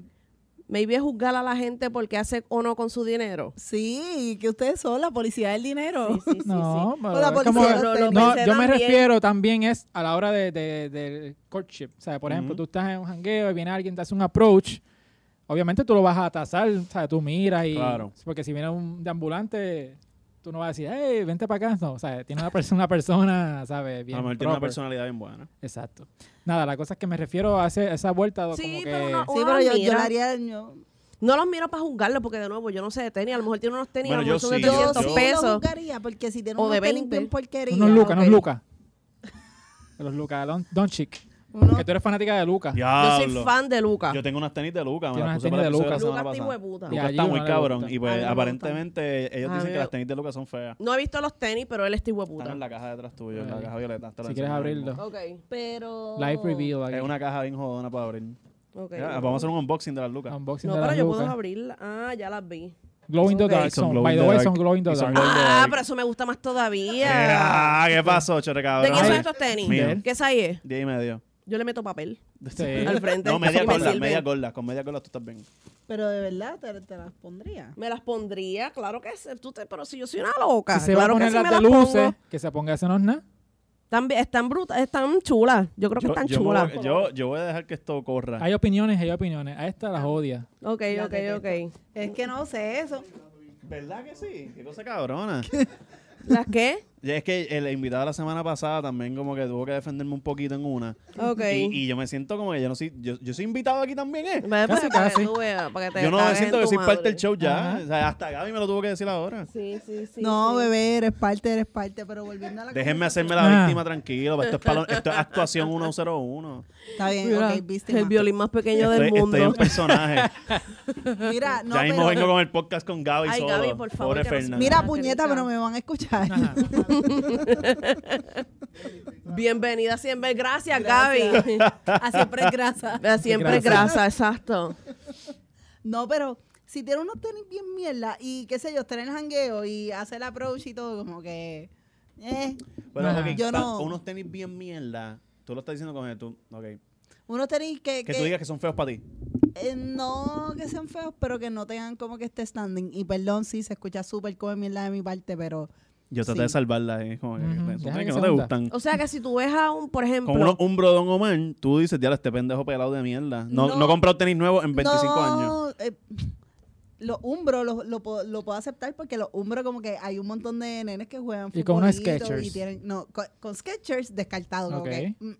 Maybe es juzgar a la gente porque hace o no con su dinero.
Sí, que ustedes son la policía del dinero.
(laughs) Sí, sí, sí,
No, pero
la
es
policía
como-
de los
No,
tenis.
pensé
yo me
también.
refiero también es a la hora de, de- del courtship. O sea, por ejemplo,
Ujú.
tú estás en un jangueo y viene alguien, te hace un approach. Obviamente tú lo vas a tasar, o sea, tú miras y...
Claro.
Porque si viene un de ambulante, tú no vas a decir, hey, vente para acá. No, o sea, tiene una persona, una persona ¿sabes?
A
Bien
lo mejor tiene una
proper.
personalidad bien buena.
Exacto. Nada, la cosa es que me refiero a ese- esa vuelta do-
Sí,
como
pero
que...
no-
Sí, pero yo, yo le haría... Yo,
No los miro para juzgarlo porque, de nuevo, yo no sé de tenis. A lo mejor tiene unos tenis,
Bueno,
a lo mejor
yo
son
sí,
de
yo
300
sí lo
pesos.
juzgaría, porque si tiene
O
unos
de
tenis
20.
bien porquería...
No es Luca, no es
ok.
Luca. Los Luca, Don, Doncic.
uno-
Que tú eres fanática de Luca.
Yo
Diablo.
soy fan de Lucas.
Yo tengo unas tenis de Luca. Me
Tiene
las
unas
puse
tenis
para
de
el
Luca.
episodio la semana
Lucas, hijo de
pasada.
puta.
Ya.
Luca
Allí
está
no
muy
le
cabrón.
gusta.
Y
A mí
pues
me
aparentemente ellos
A mí
dicen
me
que las
gusta.
tenis de Luca son feas.
No he visto los tenis, pero él es este hijo de
Están
puta.
en la caja detrás tuyo, en la
Ahí.
caja violeta. te la
Si
enseño
quieres
ahora
abrirlo.
mismo.
Ok,
Pero...
Live reveal aquí.
Es una caja bien jodona para abrir.
ok.
Ya, Vamos a hacer un unboxing de las Lucas.
Unboxing
No,
de
pero
las
yo
Lucas.
puedo abrirla. Ah, ya las vi.
Glow in the
Ok.
dark.
Son
Son,
glow
by
in
the
the
way,
dark.
son glow in the
Y son
dark.
glow-
Ah,
Ay.
pero eso me gusta más todavía.
Ah, ¿Qué pasó, chore cabrón?
¿De quién son
Ay.
estos tenis?
Mío.
¿Qué size es?
Día y medio.
Yo le meto papel
(laughs)
Sí.
al frente.
No, media
y me
gorda,
sirve.
media gorda. Con media gorda tú estás bien.
Pero de verdad, te, te las pondría.
Me las pondría, claro que sí. Tú te, pero si yo soy una loca.
Si se
claro
va a poner
que sí
las
me
de
las pongo.
luces, que se ponga ese no es nada.
Están, bi- están brutas, están chulas. Yo creo que
Yo,
están
yo me
chulas.
voy- yo- yo voy a dejar que esto corra.
Hay opiniones, hay opiniones. A esta las odia.
Ok,
La
ok, ok.
detesto. Es que no sé eso.
¿Verdad que sí? Qué cosa
(laughs)
cabrona.
¿Las qué?
Ya es que el invitado la semana pasada también como que tuvo que defenderme un poquito en una.
Ok.
(laughs) Y, y yo me siento como que yo no soy, yo, yo soy invitado aquí también, ¿eh?
Para- para-
Casi,
pues, para
casi.
que tú veas, para que te
Yo no me
cagues
siento
en
que
tu
soy parte
madre.
del show ya.
Ajá.
O sea, hasta Gaby me lo tuvo que decir ahora.
Sí, sí, sí.
no,
sí.
bebé, eres parte, eres parte, pero volviendo a la
Déjenme
conversación-
hacerme la
Ah.
víctima tranquilo. Esto es, palo- esto es
(laughs)
actuación 101.
Está bien,
Mira,
ok, viste.
el
ma.
violín más pequeño
estoy,
del mundo.
(laughs)
estoy en
(laughs)
personaje.
Mira, no,
ya mismo
pero-
vengo con el podcast con Gaby
Ay,
solo.
Gaby, por favor,
Pobre
que no se-
Fernández.
Mira,
Ajá,
puñeta,
Teresa.
pero me van a escuchar.
Ajá.
Bienvenida siempre.
(laughs)
Gracias, Gaby.
Ah,
Ah,
a siempre es grasa.
siempre
Gracias.
grasa, exacto.
(laughs) No, pero si tiene unos tenis bien mierda y qué sé yo, estar en el jangueo y hacer el approach y todo, como que. Eh,
Pero,
Ajá.
ok,
Yo
pa-
no-
unos tenis bien mierda. Tú lo estás diciendo con tú. ok.
unos tenis que.
Que
que-
tú digas que son feos para ti.
eh, no que sean feos, pero que no tengan como que este standing. Y perdón, sí, se escucha súper como mierda de mi parte, pero.
Yo traté
Sí.
de salvarla. eh, como que-
Ujú,
son
deja
tenis
que
que
se
no te
hunda.
gustan.
O sea que si tú ves a un, por ejemplo,
Con uno- un brodón Omar, tú dices, diablo, este pendejo pelado de mierda. No, no.
No.
he comprado tenis nuevos en 25 años.
eh, los umbros lo, lo, puedo- lo puedo aceptar porque los umbros como que hay un montón de nenes que juegan
Y con unos
futbolito
Skechers.
y tienen no con, con Skechers descartado como
Ok.
que mm,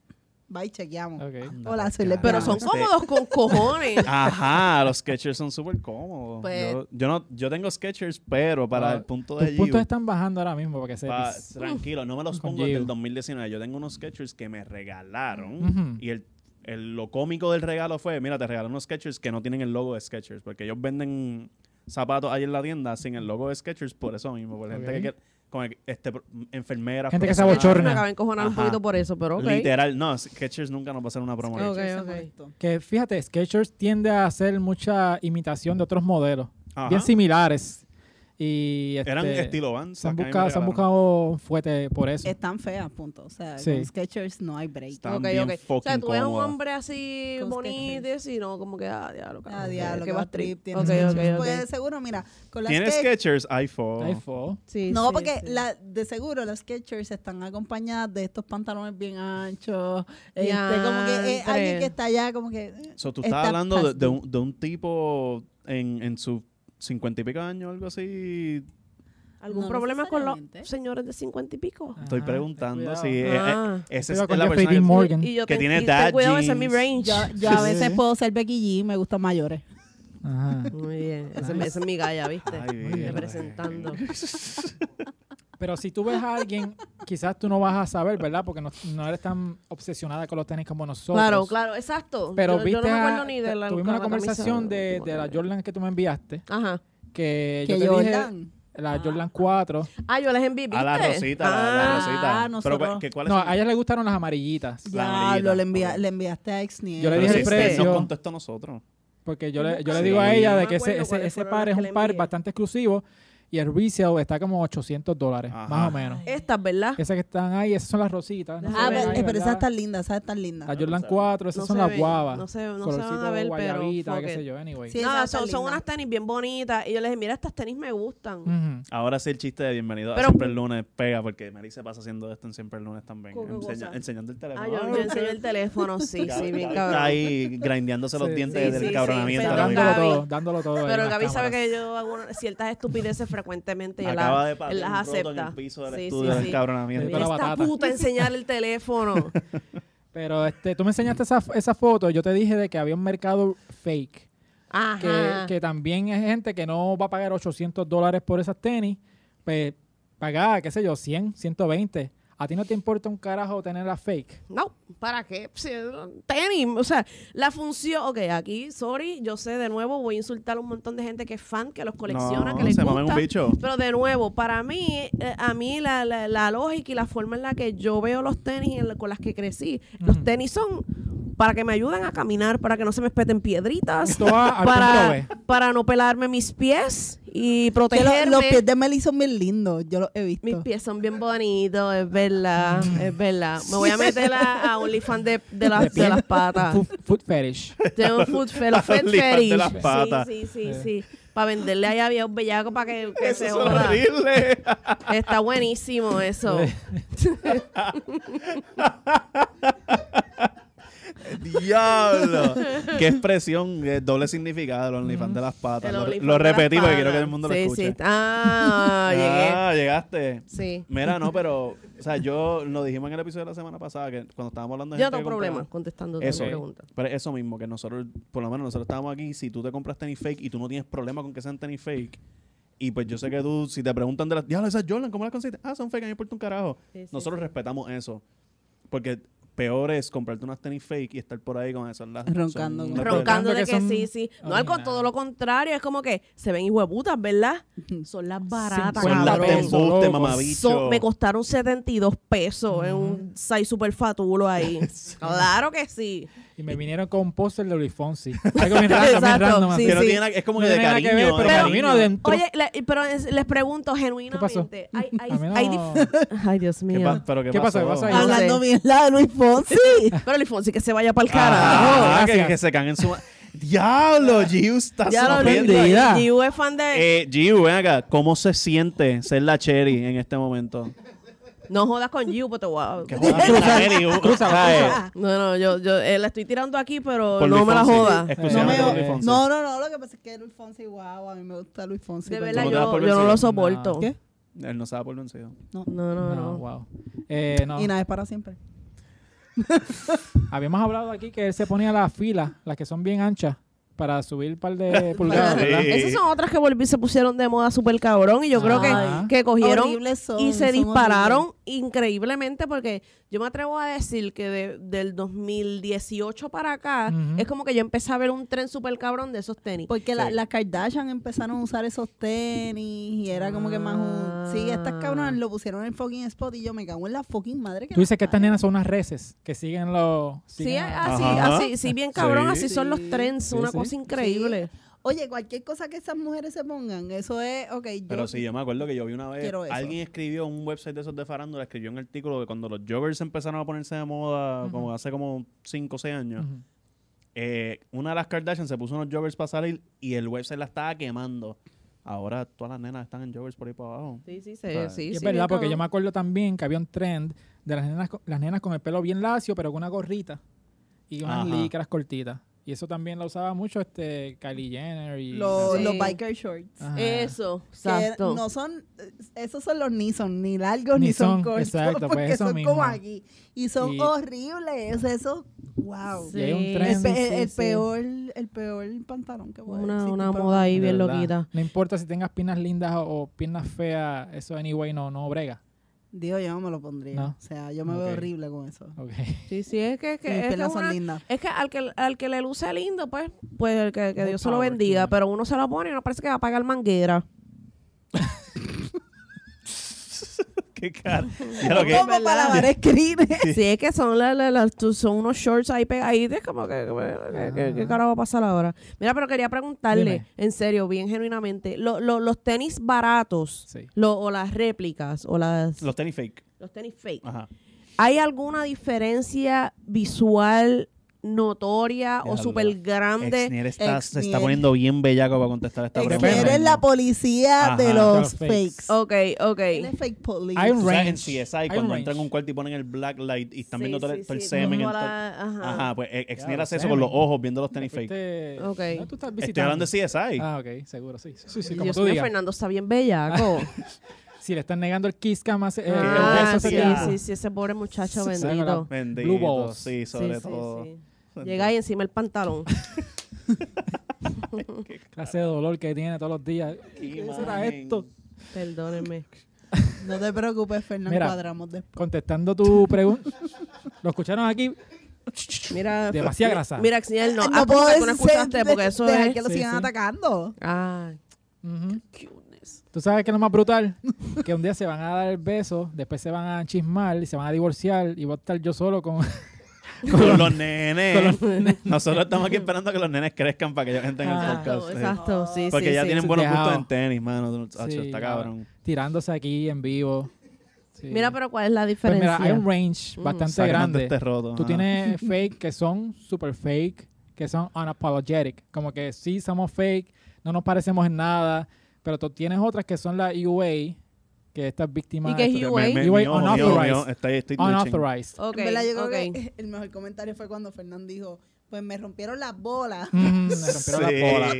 bye chequeamos
Ok.
hola soy
Anda,
lesbiana.
pero son
Este-
cómodos con cojones.
Ajá, los Skechers son súper cómodos.
Pues-
yo, yo no, yo tengo Skechers, pero para
Ah,
el punto de
Tus
Giu,
puntos están bajando ahora mismo porque se...
pa- tranquilo, no me los
Con
pongo desde
Giu.
el 2019. Yo tengo unos Skechers que me regalaron
Ujú.
y el, el- lo cómico del regalo fue, mira, te regalan unos Skechers que no tienen el logo de Skechers porque ellos venden zapatos ahí en la tienda sin el logo de Skechers por eso mismo, por la gente que
Ok.
quiere, con el- este, pro- enfermeras,
Gente que se
profesionales.
abochorna.
Me acabé de encojonar un
Ajá.
poquito por eso, pero ok.
Literal, no, Skechers nunca nos va a hacer una promo.
Ok,
Se
ok.
molestó.
Que fíjate, Skechers tiende a hacer mucha imitación de otros modelos,
Ajá.
bien similares. Y este,
Eran estilo Vans.
se han,
acá a mí me
buscado, se han
regalaron.
buscado un fuete por eso.
Este-
Están feas, punto. O sea,
Sí.
con Skechers no hay break.
Están
Ok,
bien
ok. O sea,
fucking
tú ves a un
cómodas.
hombre así
Con
bonito
Skechers.
y no, como que, ah, diablo,
Ah,
carajo,
diablo,
que
que
va
va
a trip.
trip. tiene
Ok, ok,
Skechers.
ok.
Pues de seguro, mira, con las
Tienes
Skechers...
Skechers, iPhone.
Ahí fue.
Sí,
No,
sí,
porque
sí.
la, de seguro las Skechers están acompañadas de estos pantalones bien anchos. Este,
Diantre.
como que eh, alguien que está allá, como que. eh,
So, tú
está
estás hablando de,
past
de
due.
un, de un tipo en, en sus cincuenta y pico años, algo así.
¿Algún
No
problema con los
necesariamente.
señores de cincuenta y pico?
Ah.
Estoy
Ajá,
preguntando
cuidado.
si eh, eh,
Ah.
esa es
Cuidado con
la
Jeffrey
persona.
Dean Morgan.
Y yo
Que
te-
tiene
y te
dad
cuidado, ese es mi
jeans.
range. (laughs)
Yo, yo a
Sí,
veces
sí.
puedo ser Becky G y me gustan mayores.
Ajá.
Muy bien. Ese, esa es mi galla, ¿viste?
(laughs) Ay, bien.
Representando.
Pero si tú ves a alguien, quizás tú no vas a saber, ¿verdad? Porque no, no eres tan obsesionada con los tenis como nosotros.
Claro, claro, exacto.
Pero
yo,
viste,
yo no me
a-
acuerdo ni de la.
tuvimos
la
una conversación
camisa
de,
última
de la
que-
Jordan que tú me enviaste,
Ajá.
que,
Que
yo te dije,
Jordan.
la Jordan 4.
Ah, yo les envié. ¿viste?
A la Rosita, la, la
Ah,
Rosita.
nosotros-
Pero, ¿cu- que, ¿cuál es
No,
el-
a ellas le gustaron las amarillitas,
La amarillita.
Diablo, le, envía-
Ok.
le enviaste a ex
Yo le
Pero
dije
si
el
este
precio.
Nos contestó a nosotros.
porque yo le, yo le
Sí.
digo a ella
No
de
me
que ese,
acuerdo
ese,
cuáles
ese
fueron
par
las
es
que
un
le
par
envié.
bastante exclusivo y el resale está como 800 dólares,
Ajá.
más o menos.
Estas, ¿verdad?
Esas que están ahí, esas son las rositas. no
Ah,
se
Ah,
ven
pero,
ahí,
eh, pero
¿verdad?
esas están lindas, esas están lindas.
La
No
Jordan
se ven.
4, esas
No
son
se
las
ven,
guavas.
no se- no se van a
Colorcito
ver, pero
guayabita,
fuck
qué
it.
sé yo, anyway.
Sí,
Nada,
esas
son,
están
son
lindas.
unas tenis bien bonitas. Y yo les dije, mira, estas tenis me gustan.
Ujú.
Ahora sí el chiste de bienvenido
Pero-
a Siempre el Lunes pega, porque Mari se pasa haciendo esto en Siempre el Lunes también.
¿Con qué
Enseña-
cosa?
enseñando el teléfono.
Ah, yo, yo enseñé el teléfono, sí,
Gaby-
sí, bien
Gaby
cabrón.
Está ahí grindeándose los
Sí,
dientes
sí,
del
sí, sí,
cabronamiento.
pero
ahora mismo.
dándolo
Gaby-
todo, dándolo todo.
Pero
en
Gaby
las
sabe
cámaras.
que yo hago una- ciertas estupideces frecuentemente y él,
Acaba
la-
de patear
él las
un roto en
acepta.
el piso del
Sí,
estudio
sí,
del
sí.
cabronamiento.
Pero- la
Esta
batata.
puta enseñar el teléfono.
(laughs) Pero este, tú me enseñaste esa, esa foto. Yo te dije de que había un mercado fake. Que,
Ajá.
que también es gente que no va a pagar 800 dólares por esas tenis. Pues pagar, qué sé yo, 100, 120. A ti no te importa un carajo tener la fake.
No, ¿para qué? Si- Tenis, o sea, la función, ok, aquí, sorry, yo sé, de nuevo voy a insultar a un montón de gente que es fan, que los colecciona,
No,
que les
se mamen
gusta.
un bicho.
Pero de nuevo, para mí, eh, a mí la, la- la lógica y la forma en la que yo veo los tenis y en la- con las que crecí, los
Ujú.
tenis son para que me ayuden a caminar, para que no se me espeten piedritas,
Esto va al punto
para,
B.
para no pelarme mis pies y
Que lo-
protegerme.
los pies de Meli son bien lindos, yo los he visto.
Mis
(laughs)
pies son bien bonitos, es verdad, es verdad. Me voy a meter a, a OnlyFans de, de, las-
De
de
pies.
las patas.
Food, food fetish.
Tengo un food fe- los food
OnlyFans de
fetish.
las patas.
Sí, sí, sí, sí. Para venderle ahí a un bellaco para que, que
Eso
se
es
joda.
horrible.
Está buenísimo eso.
(laughs) Diablo.
(laughs)
Qué expresión, eh, doble significado el OnlyFans de las patas.
El
Lo,
OnlyFans
lo
de las
repetí porque
patas.
quiero que todo el mundo lo
Sí,
escuche.
Sí, Ah, llegué.
Ah, llegaste.
Sí.
Mira, no, pero, o sea, yo lo dijimos en el episodio de la semana pasada que cuando estábamos hablando de
Yo
gente
no tengo
que compraba-
problema contestando tu
Eso,
pregunta.
pero eso mismo, que nosotros, por lo menos nosotros estábamos aquí, si tú te compras tenis fake y tú no tienes problema con que sean tenis fake, y pues yo sé que tú, si te preguntan de las, diablo, esas Jordan, ¿cómo las conseguiste? Ah, son fake, a mí me importa un carajo.
Sí, sí,
nosotros respetamos eso, porque peor es comprarte unas tenis fake y estar por ahí con esas. las-
Roncando.
son-
No,
Roncando de
pero-
que,
que son
sí, sí. No, al con
originales.
todo lo contrario, es como que se ven hueputas, ¿verdad? Son las baratas,
Son las
Cabrón.
de
cabrón.
embuste,
Son-
mamabicho.
Son- me costaron 72 pesos en un size super fatulo ahí.
(laughs)
claro que sí.
Y me vinieron con un póster de Luis
(laughs)
Fonsi. Algo bien random, bien
Exacto,
random.
sí,
así.
Que no
sí.
tiene nada- es como
No
que de
tiene nada
cariño.
que ver,
de
pero
para
me
mí
cariño.
vino adentro.
Oye, la- pero es- les pregunto
pasó?
genuinamente. Hay, hay,
A mí
hay
no-
dif- Ay, Dios
¿Qué
mío.
pa- pero ¿qué,
¿Qué pasó?
pasó?
¿Qué pasó ahí?
Hablando
No sé.
bien la de Luis
(laughs)
Fonsi.
Pero el Fonsi que se vaya para el carajo.
Ah, que,
gracias.
que se caen en su... ¡Diablo! Giu está
Ya lo
sufriendo ahí.
aprendí.
aprendí. Giu es fan de.
Eh, Giu, ven acá. ¿Cómo se siente ser la Cherry en este momento?
No jodas con Giu, pues te voy a-
Que jodas con la Cherry, uh, ¿sabes?
No, no, yo, yo eh, la estoy tirando aquí, pero
Por
no
Luis
me la
Fonsi.
jodas.
No me-
Exclusivamente por Luis Fonsi.
No, no, no, lo que pasa es que Luis Fonsi, wow, a mí me gusta Luis Fonsi.
De
pero-
verdad,
¿Cómo te das
yo,
por
no- yo no lo
vencido?
soporto.
No.
¿Qué?
Él no se da por vencido.
No, no,
No,
(laughs) no.
wow. Eh, no.
Y nada, es para siempre.
Habíamos hablado aquí que él se ponía las filas, las que son bien anchas, para subir un par de pulgadas,
Sí.
¿verdad?
Esas son otras que volví se pusieron de moda súper cabrón y yo creo
Ajá.
que, que cogieron
Horribles son,
y se
son
dispararon increíblemente porque yo me atrevo a decir que de- del 2018 para acá
Ujú.
es como que yo empecé a ver un tren súper cabrón de esos tenis.
Porque la-
Sí.
las Kardashian empezaron a usar esos tenis y era como que más un... Sí,
Ah.
estas cabronas lo pusieron en el fucking spot y yo me cago en la fucking madre que
Tú dices
las
que estas
parió.
nenas son unas reces que siguen los...
Sí, ah,
siguen a-
así,
Ajá.
así, sí, bien cabrón,
Sí.
así son los
Sí.
trends,
Sí,
una
sí.
cosa increíble.
Oye, cualquier cosa que esas mujeres se pongan, eso es, ok, yo...
Pero sí, yo me acuerdo que yo vi una vez,
Quiero eso.
alguien escribió un website de esos de farándula, escribió un artículo de cuando los joggers empezaron a ponerse de moda, como hace como 5 o 6 años,
Ujú.
eh, una de las Kardashian se puso unos joggers para salir y el website la estaba quemando. Ahora todas las nenas están en joggers por ahí para abajo. (laughs)
Sí, sí,
Claro.
sí, sí.
Y es
sí,
verdad,
bien
porque yo
cabrón.
me acuerdo también que había un trend de las nenas, co- las nenas con el pelo bien lacio, pero con una gorrita y unas
Ajá.
licras cortitas. Y eso también lo usaba mucho este Kylie Jenner y...
Los,
Sí.
los biker shorts.
Ajá.
Eso,
Que
exacto.
no son, esos son los ni son ni largos ni,
Ni
son
son,
cortos,
exacto, pues,
porque
eso
son
mismo.
como aquí. Y son
Y-
horribles, esos, wow.
Y hay un
Sí.
tren.
El, pe-
sí,
el- el
sí.
peor, el peor pantalón que puede
Una,
existir
una
para
moda ahí
De
bien
verdad.
loquita.
No importa si tengas piernas lindas o, o piernas feas, eso anyway no, no brega.
Digo, yo no me lo pondría.
No.
O sea, yo me veo
Ok.
horrible con eso.
Ok. (laughs)
Sí, sí, es que, es que-
Mis
es que
piernas
una-
son lindas.
Es que al que, al que le luce lindo, pues, pues el que, que
More
Dios se lo
power to
bendiga.
them.
Pero uno se lo pone y no parece que va a pagar
(laughs)
manguera.
Qué cara. Ya lo que-
Como palabras
(laughs)
escritas.
Sí, es que son, la- la- las- tú- son unos shorts ahí pegaditos, como que, que- que- ¿qué cara va a pasar ahora? Mira, pero quería preguntarle,
Dime.
en serio, bien genuinamente, lo- lo- los tenis baratos,
Sí.
lo- o las réplicas, o las, los,
Los tenis fake.
tenis fake,
Ajá.
¿hay alguna diferencia visual notoria o
Diablo.
súper grande?
Exnier está- se está
Exnier.
poniendo bien bellaco para contestar esta
Exnier
pregunta.
Depende.
Eres la policía
Ajá.
de los
Los fakes.
fakes.
Ok, ok.
Él es fake police.
Hay un
Tú sabes, en
range. Hay
CSI,
un
cuando
range.
entran en un cuarto y ponen el black light y están
Sí,
viendo todo,
sí,
el- todo el
sí,
semen.
todo
en todo-
la- ajá.
Ajá, pues eh, Exnier
Claro,
hace eso con
semen.
los ojos viendo los tenis fake.
Este-
Ok.
¿No tú estás
Estoy
visitando?
hablando de CSI.
Ah, ok, seguro, sí. Sí, sí, sí,
Ay,
como
Dios
tú
mío,
digas.
Fernando está bien bellaco.
Si le están negando el kiss cam hace- (laughs) eh,
ah,
eso
sí,
sería-
sí, sí, ese pobre muchacho
Sí, sí,
bendito.
sí,
Bendito,
Blue balls.
sí,
Sí,
sobre
sí,
todo.
sí. Llega ahí encima
(laughs)
el pantalón.
clase de dolor que tiene todos los días. ¿Qué será
Imagen.
esto?
Perdónenme.
No te preocupes, Fernando.
Mira.
Cuadramos después.
Contestando tu pregunta. (laughs) Lo escucharon aquí.
Mira,
Demasiada grasa.
Mira, Axel, no.
Ay,
ah, porque tú no
ser-
escuchaste
de-
porque eso
dejar
es. Ah,
que lo
Sí,
sigan
sí.
atacando.
Ay,
Ujú.
cuteness.
Tú sabes que es lo más brutal. (laughs) Que un día se van a dar el beso, después se van a chismar y se van a divorciar y voy a estar yo solo con.
(laughs)
(laughs)
Con los nenes. Nosotros estamos aquí esperando a que los nenes crezcan para que ellos entren en
Ah,
el
Exacto,
podcast. sí.
exacto. Sí,
Porque
sí,
ya
sí.
tienen buenos gustos
Dejado.
en tenis, mano. Hacho,
Sí,
está
claro.
cabrón.
tirándose aquí en vivo. Sí.
Mira, pero ¿cuál es la
Pues
diferencia?
mira, hay un range bastante
Sacando
grande.
este roto.
Tú
ajá. (laughs)
tienes fake que son super fake, que son unapologetic. Como que sí somos fake, no nos parecemos en nada. Pero tú tienes otras que son la EUA, que estas víctimas.
¿Y qué es
Me-
esto-
UA?
me- me-
UA
mío, mío,
unauthorized.
mío, está ahí, estoy twitching.
Unauthorized.
Ok,
en verdad, yo creo
ok.
que (laughs) el mejor comentario fue cuando Fernán dijo, pues me rompieron las bolas.
Mm, le rompieron
(laughs) Sí.
las bolas.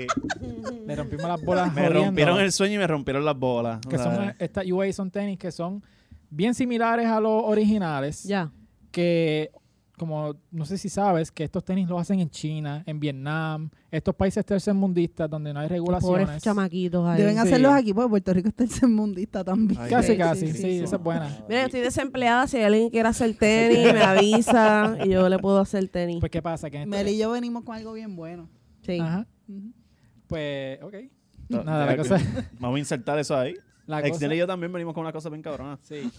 Le rompimos las bolas.
Me rompieron
jodiéndola.
el sueño y me rompieron las bolas.
Que
o sea,
son, estas UA son tenis que son bien similares a los originales.
Ya.
que como no sé si sabes que estos tenis los hacen en China, en Vietnam, estos países tercermundistas donde no hay
Pobres
regulaciones.
chamaquitos ahí.
Deben
Sí.
hacerlos aquí, porque Puerto Rico está tercermundista también.
ay,
Casi,
Dios.
casi,
sí,
sí,
sí.
esa es buena.
Mira, yo estoy desempleada. Si alguien quiere hacer tenis, me avisa y yo le puedo hacer tenis.
Pues qué pasa que en este-
Mel y yo venimos con algo bien bueno.
Sí. (laughs)
Ajá.
Ujú.
Pues ok.
No,
Nada, la
ya,
cosa
Vamos a insertar eso ahí.
la cosa,
Exnel y yo también venimos con una cosa bien cabrona.
sí.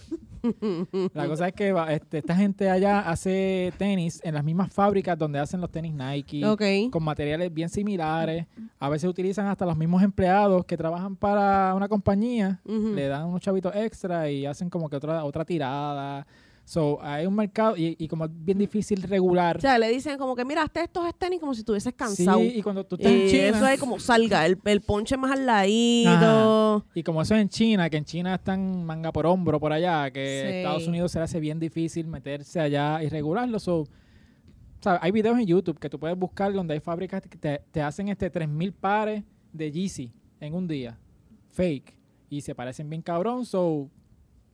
La cosa es que va- este, esta gente allá hace tenis en las mismas fábricas donde hacen los tenis Nike.
Ok.
con materiales bien similares. A veces utilizan hasta los mismos empleados que trabajan para una compañía,
Ujú.
le dan unos chavitos extra y hacen como que otra otra tirada. So, hay un mercado y, y como es bien difícil regular.
O sea, le dicen como que, mira, hazte estos tenis como si estuvieses
Sí,
cansado.
y cuando tú estás en
Y
China,
eso es como salga, el, el ponche más al ladito.
y como eso es en China, que en China están manga por hombro por allá, que
Sí.
Estados Unidos se le hace bien difícil meterse allá y regularlo. So, o sea, hay videos en YouTube que tú puedes buscar donde hay fábricas que te, te hacen este 3.000 pares de Yeezy en un día, fake, y se parecen bien cabrón. So,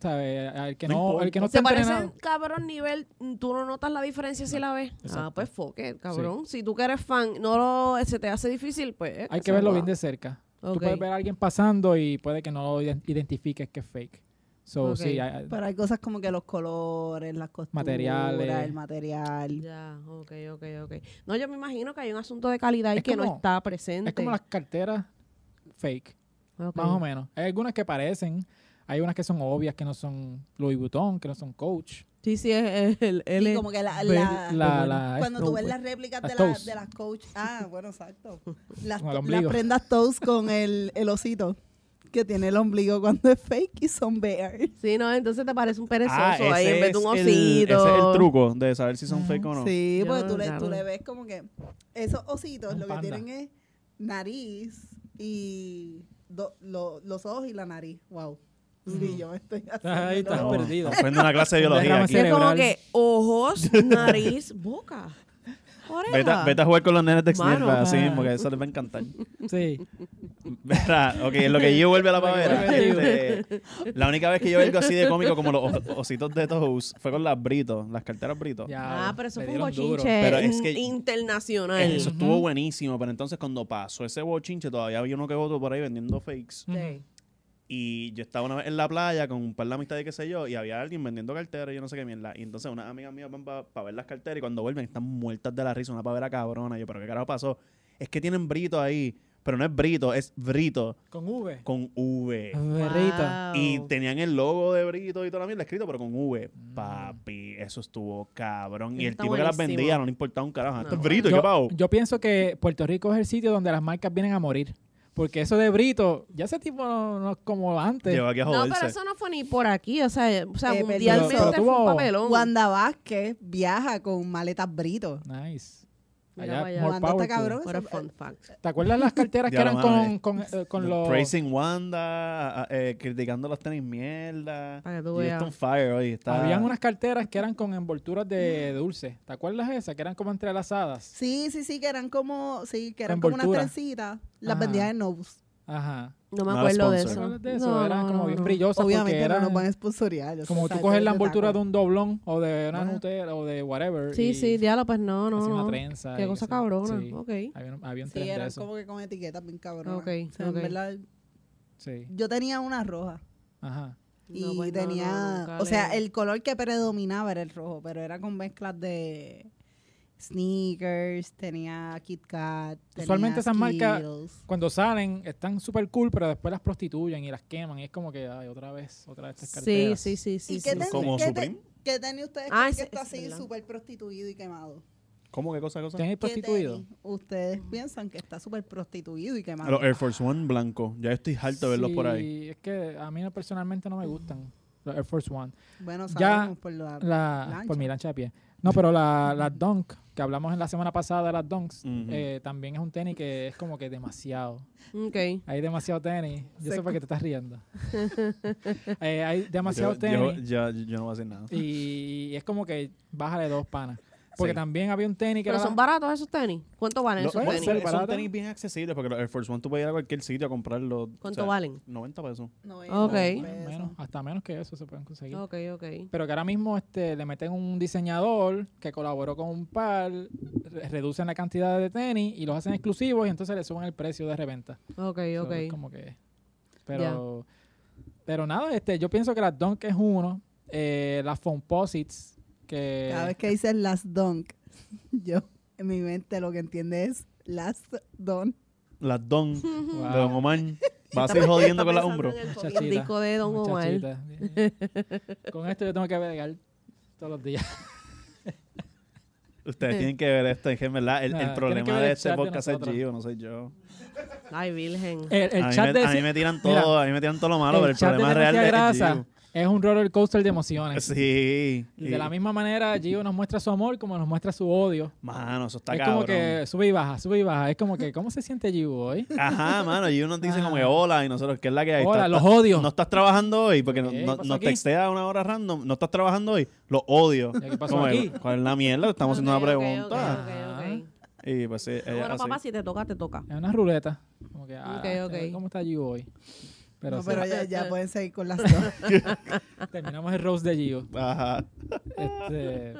¿Sabes? Al que
No
no,
importa.
al que no está
Se parecen,
entrenado.
cabrón, nivel. mm, Tú no notas la diferencia si la ves. Ah,
Exacto.
pues fuck it, cabrón. Si tú que eres fan, no lo, se te hace difícil, pues. eh,
Hay
se
que verlo
joda.
bien de cerca. Tú
Ok.
puedes ver a alguien pasando y puede que no lo ident- identifiques que es fake. So,
Ok.
sí, hay-
Pero hay cosas como que los colores, las costuras,
Materiales.
el material.
Ya, ok, ok, ok. No, yo me imagino que hay un asunto de calidad y
Es
que no
como-
está presente.
es como las carteras fake.
Ok.
Más o menos. Hay algunas que parecen, hay unas que son obvias, que no son Louis Vuitton, que no son Coach.
Sí, sí, es el. el
Sí, Ah, como que la-
ver-
la-
La- la-
Cuando
no,
tú ves
pues.
las réplicas
Las
de, la-
toes.
de las coach. Ah,
(laughs)
bueno, exacto. Las,
Con el
las
ombligo.
prendas toast con el, el osito que tiene el ombligo cuando es fake y son bear.
Sí, no, entonces te parece un perezoso
Ah,
ahí
ese
en vez de un
es
osito.
el- ese es el truco de saber si son
Ujú.
fake o no.
Sí,
Yo
porque
no,
tú le,
claro.
tú le ves como que esos ositos
Un
lo
panda.
que tienen es nariz y do- lo- los ojos y la nariz. Wow. Sí, yo me estoy haciendo
Ahí está.
loco.
Estamos- (laughs)
perdido.
estamos aprendiendo una clase de biología
Déjame
aquí.
Sí, es como
Cerebral.
que
(laughs)
ojos, nariz, boca. Oreja.
Vete, a- vete a jugar con los nenes de
Mano,
Xnerva, así
ajá.
mismo, que eso les va a encantar. (laughs)
Sí.
Verá, ok, en lo que yo vuelve a la pavera.
Lo que Gio.
este, la única vez que yo algo así de cómico como los os- ositos de Toast fue con las Britos, las carteras Britos.
Ya,
Ah, pero eso
le
fue un
dieron duro.
bochinche
Pero es
in-
que-
internacional.
Eh, Eso
Ujú.
estuvo buenísimo, pero entonces cuando pasó ese bochinche, todavía había uno que otro por ahí vendiendo fakes.
Ujú.
Y yo estaba una vez en la playa con un par de amistades, qué sé yo, y había alguien vendiendo carteras, yo no sé qué mierda. Y entonces unas amigas mías van para ver las carteras y cuando vuelven están muertas de la risa, una pavera cabrona. Y Yo, pero qué carajo pasó. Es que tienen brito ahí, pero no es brito, es brito
Con V.
con V.
Verita.
Y tenían el logo de Brito y toda la mierda escrito, pero con V.
Mm.
Papi, eso estuvo cabrón. Y
Eso
el
está
tipo que las
buenísimo.
vendía no le importaba un carajo. Esto
No.
es Brito, ¿y ¿qué
Yo,
pavo?
yo pienso que Puerto Rico es el sitio donde las marcas vienen a morir. Porque eso de Brito, ya ese tipo no, no es como antes.
Lleva aquí a
No,
joderse.
pero eso no fue ni por aquí, o sea, o sea
Eh, pero-
mundialmente
Pero- pero
fue
tuvo-
un papelón.
Wanda Vázquez viaja con maletas brito.
Nice.
Mira
Allá,
para allá.
more
Wanda
power
está
to them.
cabrón.
What a fun fact.
¿Te acuerdas las
(laughs)
carteras que
Ya lo
eran con,
mames.
con, eh, con los...
Praising Wanda, eh, criticando los tenis mierda.
Para que tú
Y
veas.
esto on fire hoy. Está...
Habían unas carteras que eran con envolturas de dulce. ¿Te acuerdas esas? Que eran como entrelazadas.
Sí, sí, sí, que eran como, sí, que
La
eran como unas
envoltura.
trencitas. Las
Ajá.
vendía en Nobus.
Ajá.
No me
Nada
acuerdo de
¿Te
sponsor.
eso.
acuerdas de eso? eran como bien brillosas
Obviamente
porque
no
eran...
nos van a sponsorear. yo sé,
como tú
¿sabes?
coges
Todo
la
ese
envoltura
taco.
de un doblón o de una
Ajá.
nutella o de whatever.
Sí,
y
sí, diablo, pues no, no,
hacía una
no.
trenza.
Qué
y
cosa
sí.
cabrona.
Sí. pues
Ok. pues
Había un, había un tren
Sí,
de
eran
eso.
como que con etiquetas bien cabronas.
Ok,
O sea, en
ok.
verdad,
Sí.
yo tenía una roja.
Ajá.
Y
No, pues no,
tenía,
no, nunca
o sea,
le-
el color que predominaba era el rojo, pero era con mezclas de sneakers, tenía Kit Kat. tenía
Usualmente esas marcas-
Skittles.
Cuando salen están súper cool, pero después las prostituyen y las queman. Y es como que, ay, otra vez, otra vez estas
Sí,
carteras.
sí, sí, sí.
¿Y qué,
sí,
ten-
sí.
Como
qué te-
Supreme.
qué tenis ustedes
Ah,
creen
ese-
que está
ese es
así
verdad.
súper prostituido y quemado?
¿Cómo? ¿Qué cosa? qué cosa?
¿Tenis
¿Qué
prostituido?
tenis ustedes piensan que está súper prostituido y quemado?
eh,
Los Air Force One blanco. Ya estoy harto de verlos por ahí.
Sí, Es que a mí no- personalmente no me gustan los Air Force One.
bueno,
ya-
sabemos por la...
La,
Lancha.
Por mi lancha de pie. No, pero la- las Dunk, que hablamos en la semana pasada de las Dunks,
Ujú.
eh, también es un tenis que es como que demasiado.
Ok.
Hay demasiado tenis. Yo
Se
sé por qué te estás
(laughs)
riendo. Eh, hay demasiado
yo, yo,
tenis.
ya- yo no voy a hacer nada.
Y, y es como que bájale dos panas. Porque
Sí.
también había un tenis que
Pero
era
son baratos esos tenis. ¿Cuánto valen
Lo-
esos
puede
bueno,
tenis?
ser.
son
barato.
tenis bien accesibles porque los Air Force One tú puedes ir a cualquier sitio a comprarlos. o
¿Cuánto
sea,
valen?
90 pesos.
No es
Ok.
un
Bueno,
peso.
menos, hasta menos que eso se pueden conseguir.
Ok, ok.
Pero que ahora mismo este, le meten un diseñador que colaboró con un par, re- reducen la cantidad de tenis y los hacen exclusivos y entonces le suben el precio de reventa.
Ok,
So,
ok.
es como que. Pero. Pero nada, este, yo pienso que las Dunk es uno. eh, las Fomposites, que.
Cada vez que dices las donk, (laughs) yo en mi mente lo que entiende es las don.
Las Don
Wow,
(laughs)
de Don Omar. Va a seguir jodiendo con las hombros.
muchachita,
El disco de Don Omar.
muchachita.
(laughs)
Con esto yo tengo que bregar todos los
(laughs)
días.
Ustedes tienen que ver esto. Es que en verdad el,
Nah,
el
tienen que
problema
ver
de
el
este
chat de
podcast es
nosotros.
Gio, no soy yo.
Ay, virgen.
El, el
a, mí
chat
me,
de.
a mí me tiran todo,
mira,
a mí me tiran todo lo malo,
el
pero el
chat de
problema
Demasiada
real es- es
grasa es un roller coaster de emociones.
Gio. Sí.
De la misma manera, Gio nos muestra su amor como nos muestra su odio.
Mano, eso está
es
cabrón.
como que sube y baja, sube y baja. Es como que, ¿cómo se siente Gio hoy?
Ajá, mano, y uno te dice como que
Ah.
hola, y nosotros, ¿qué es la que hay?
Hola,
Estás-
los odio.
No estás trabajando hoy, porque no-
¿Qué
no-
pasó
nos
aquí?
textea una hora random, no estás trabajando hoy, los odio.
¿Qué pasó
Como
aquí?
que, ¿Cuál es la mierda? Estamos haciendo
Ok,
una
ok,
pregunta.
ok, ok, ok.
Y pues sí, ella
Bueno,
así.
papá, si te toca, te toca.
Es una ruleta. Como que, ah,
Ok, Ah,
este,
ok.
¿cómo está Gio hoy? Pero,
no,
sí,
pero ya, ya pueden seguir con las dos.
ah,
terminamos el roast de Gio.
Ajá.
(laughs)
Este,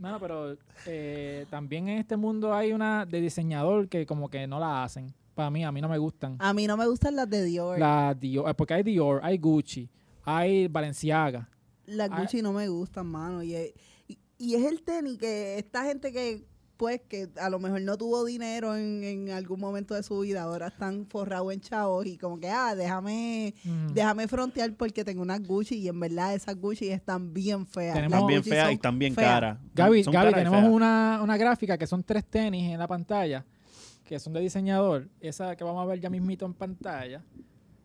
mano, pero eh, también en este mundo hay una de diseñador que como que no la hacen. Para mí, a mí no me gustan.
Ah,
A mí no me gustan las de Dior.
La Dior, eh, porque hay Dior, hay Gucci, hay Balenciaga.
Las
Ah.
Gucci no me gustan, mano. Y es, y- y es el tenis que esta gente que, pues, que a lo mejor no tuvo dinero en, en algún momento de su vida, ahora están forrados en chavos y como que, ah, déjame,
Mm.
déjame frontear porque tengo unas Gucci y en verdad esas Gucci están bien feas.
Tenemos-
Las
Están bien
Gucci
feas
son
y están bien
feas.
caras.
Gaby,
Son
Gaby,
caras y
tenemos
feas.
una, una gráfica que son tres tenis en la pantalla, que son de diseñador. Esa que vamos a ver ya mismito en pantalla.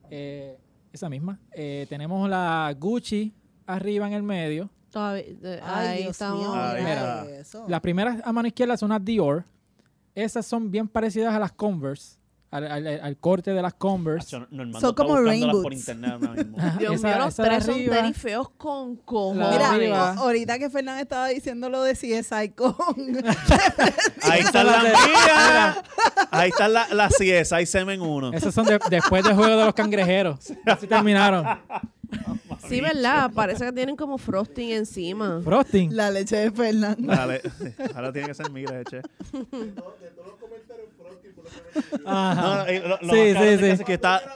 eh, esa misma. Eh, tenemos la Gucci arriba en el medio.
Todavía, eh,
Ay,
ahí
Dios
estamos.
mío,
Ay,
mira
mira.
eso.
Las primeras a mano izquierda son las Dior. Esas son bien parecidas a las Converse, al, al- al corte de las Converse.
Acho, Normando
Son
está
como rain
buscándolas por
boots.
internet ahora mismo.
Ajá,
Dios
esa-
mío, los
esa de
tres son
arriba.
tenis feos con cojones.
Mira,
arriba.
a- ahorita que Fernán estaba diciendo lo de CSI con
(laughs)
(laughs)
Ahí están las mías. Ahí están la- las CSI ahí Semen 1.
Esas son de- después del juego de los
(laughs)
cangrejeros. Así terminaron.
Sí, ¿verdad? Parece que tienen como frosting encima.
Frosting.
la leche de Fernán.
(laughs) Dale. Ahora tiene que ser mi leche.
Ajá.
No, y lo, lo más
Sí, sí,
cabrón del caso
sí.
es que está fuera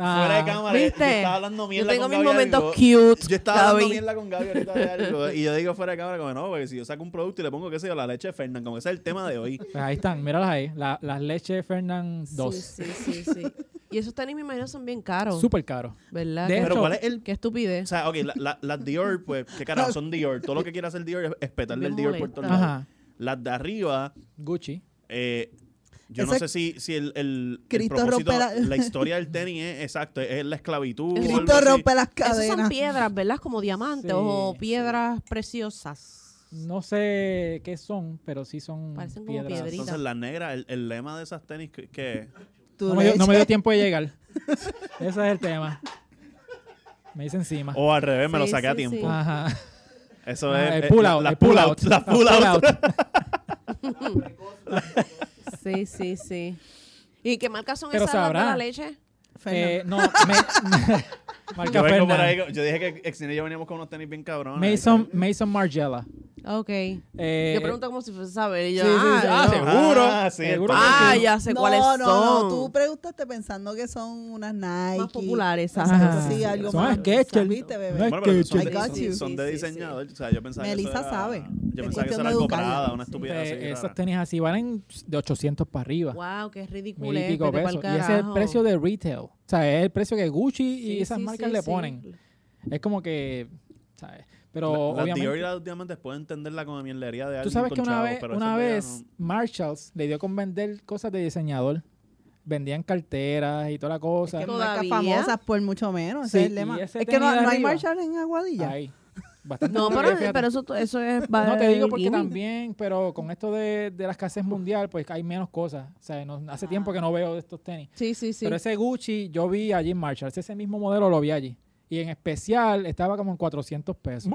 Ah.
de cámara.
¿Viste?
Yo estaba hablando mierda
Yo tengo
con
mis
Gaby
momentos
algo.
cute,
Yo estaba hablando
Gaby.
mierda con Gaby ahorita de algo. Y yo digo fuera de cámara, como no, porque si yo saco un producto y le pongo, qué sé yo, la leche de Fernan, como ese es el tema de hoy.
Pues ahí están, míralas ahí. La- las leches Fernand 2.
Sí, sí, sí, sí. Y esos tenis, me imagino, son bien caros.
Súper caro.
¿Verdad?
De
Qué-
hecho-
Pero ¿cuál es el
Qué
O
estupidez.
sea, ok, la- la- las Dior, pues, qué carajo, son Dior. Todo lo que quiera hacer Dior es, es petarle el
Bien
Dior por todos
molesta.
lados.
Ajá.
Las de arriba,
Gucci.
eh, yo no
Ese-
sé si, si el, el, el
Cristo
propósito,
rompe la-
la... historia del tenis es exacto, es la esclavitud. o algo
Cristo
así.
rompe las
Esas son
cadenas.
piedras, ¿verdad? Como diamantes
Sí,
o
sí.
piedras preciosas.
No sé qué son, pero sí son
Parecen como
piedras.
piedritas.
Entonces, las negras, el, el lema de esas tenis que, que es
Tu
No me, dio, no me dio
leche.
tiempo de llegar. (laughs) Ese es el tema. Me hice encima.
O al revés, me lo
Sí,
saqué a
sí, sí.
tiempo.
Ajá.
Oh, Eso
Ah,
es.
el
eh,
pull
la-
out.
Las
el pull out.
Las pull
Las
out. (laughs)
(laughs)
Sí, sí, sí. ¿Y qué marcas son
Pero
esas las de la
sabrá.
leche?
Fernan.
Eh, no, me- (laughs)
Yo,
Marca
vengo por
Fernan.
ahí con- yo dije que Exine y yo veníamos con unos tenis bien cabrones.
Mason, Mason Margiela.
Ok.
Eh,
yo pregunto como si fuese saber. Y yo,
sí, sí, sí.
ah,
Ah,
no.
seguro.
Ah, sí,
Seguro
está-
Ah,
Sí.
ya sé
no,
cuáles
no,
son.
no, tú preguntaste pensando que son unas Nike.
Más populares, exacto.
Ajá.
Sí, algo
Son
más.
Skechers.
¿Viste, bebé?
No es
Bueno, pero son,
I
de,
got
son-
you.
son de
Sí, sí, sí.
diseñador. O sea, yo pensaba que
Melissa
eso era-
sabe.
Yo
Es
pensaba que eso
cuestión de
era algo
educarla.
parada, una
Sí.
estupidez
pues,
así,
esos
rara.
tenis así valen de 800 para arriba.
Wow, qué ridículo. eh,
mil y pico pesos. Y ese es el precio de retail. O sea, es el precio que Gucci y esas marcas le ponen. Es como que, ¿sabes? Pero
La- Las
obviamente...
Dior y las Diamantes puedo entenderla con la mierdería de alguien
Tú sabes
con
que una
chavos,
vez,
pero
una
esas de
vez Marshalls le dio con vender cosas de diseñador. Vendían carteras y toda la
O
cosa.
sea, que
Todavía.
marcas famosas por mucho menos.
Sí,
ese es
y
el lema. Es
ese
que no,
tenis de
no hay
arriba.
Marshall en Aguadilla.
Ahí. Bastante (laughs)
No,
horrible,
pero,
fíjate.
pero eso, eso es.
No te digo porque
bargaining.
también, pero con esto de, de la escasez mundial, pues hay menos cosas. O sea, no- hace tiempo que no veo de estos tenis.
Sí, sí, sí.
Pero ese Gucci, yo vi allí en Marshalls. Ese mismo modelo lo vi allí. Y en especial estaba como en 400 pesos.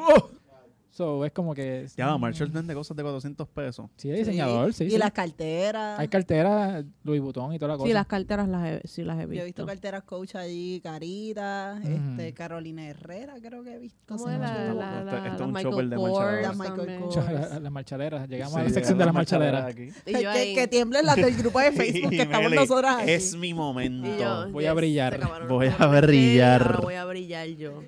So, es como que...
Ya, va,
Mm.
Marshall vende cosas de 400 pesos.
Sí, es diseñador, sí.
Y
sí.
las carteras.
Hay carteras, Louis Vuitton y toda la cosa.
Sí, las carteras las he, sí las he
Yo
visto.
he visto carteras coach allí, Caritas,
Ujú.
este, Carolina Herrera, creo que he visto.
¿Cómo
Sí,
es
no,
la,
no,
la, la,
no, esto- esto es
las
un
Michael
chopper de
Kors
Las
Michael
también.
Kors.
(laughs) Las las marchaleras. Llegamos a la
Sí,
sección de
las
las marchaleras.
aquí.
Y
(laughs)
yo
que,
ahí.
que tiemblen las del (laughs) grupo de Facebook
Y
que estamos
Meli,
nosotras aquí.
Es mi momento.
Y yo,
Voy a
yes,
brillar.
se acabaron
Voy
los
a brillar.
Ahora voy a brillar yo.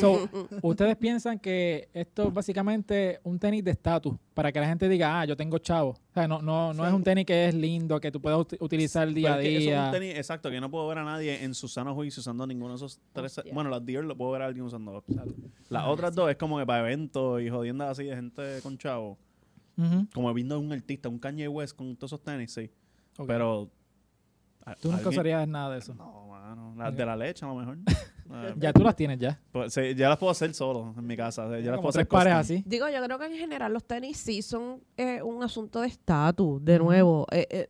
So, ustedes piensan que esto es básicamente un tenis de estatus para que la gente diga, ah, yo tengo chavo. O sea, no, no, no
Sí.
es un tenis que es lindo, que tú puedas ut- utilizar día a
Pero es que eso es un
día.
tenis, exacto, que no puedo ver a nadie en su sano juicio usando ninguno de esos tres.
Hostia.
Bueno, las Dior lo puedo ver a alguien usando.
Ah,
Las otras dos es como que para eventos y jodiendo así de gente con chavo.
Ujú.
Como viendo a un artista, un Kanye West con todos esos tenis, sí.
Ok.
Pero. a-
Tú nunca
alguien-
usarías nada de eso.
No, mano. Las de la leche, a lo
(laughs)
mejor. Eh,
Ya tú las tienes ya.
pues, sí, ya las puedo hacer solo en mi casa. sí, Ya las
Como
puedo
tres
hacer
pares
custom.
así.
Digo, yo creo que en general los tenis sí son eh, un asunto de estatus, de nuevo. Eh, eh,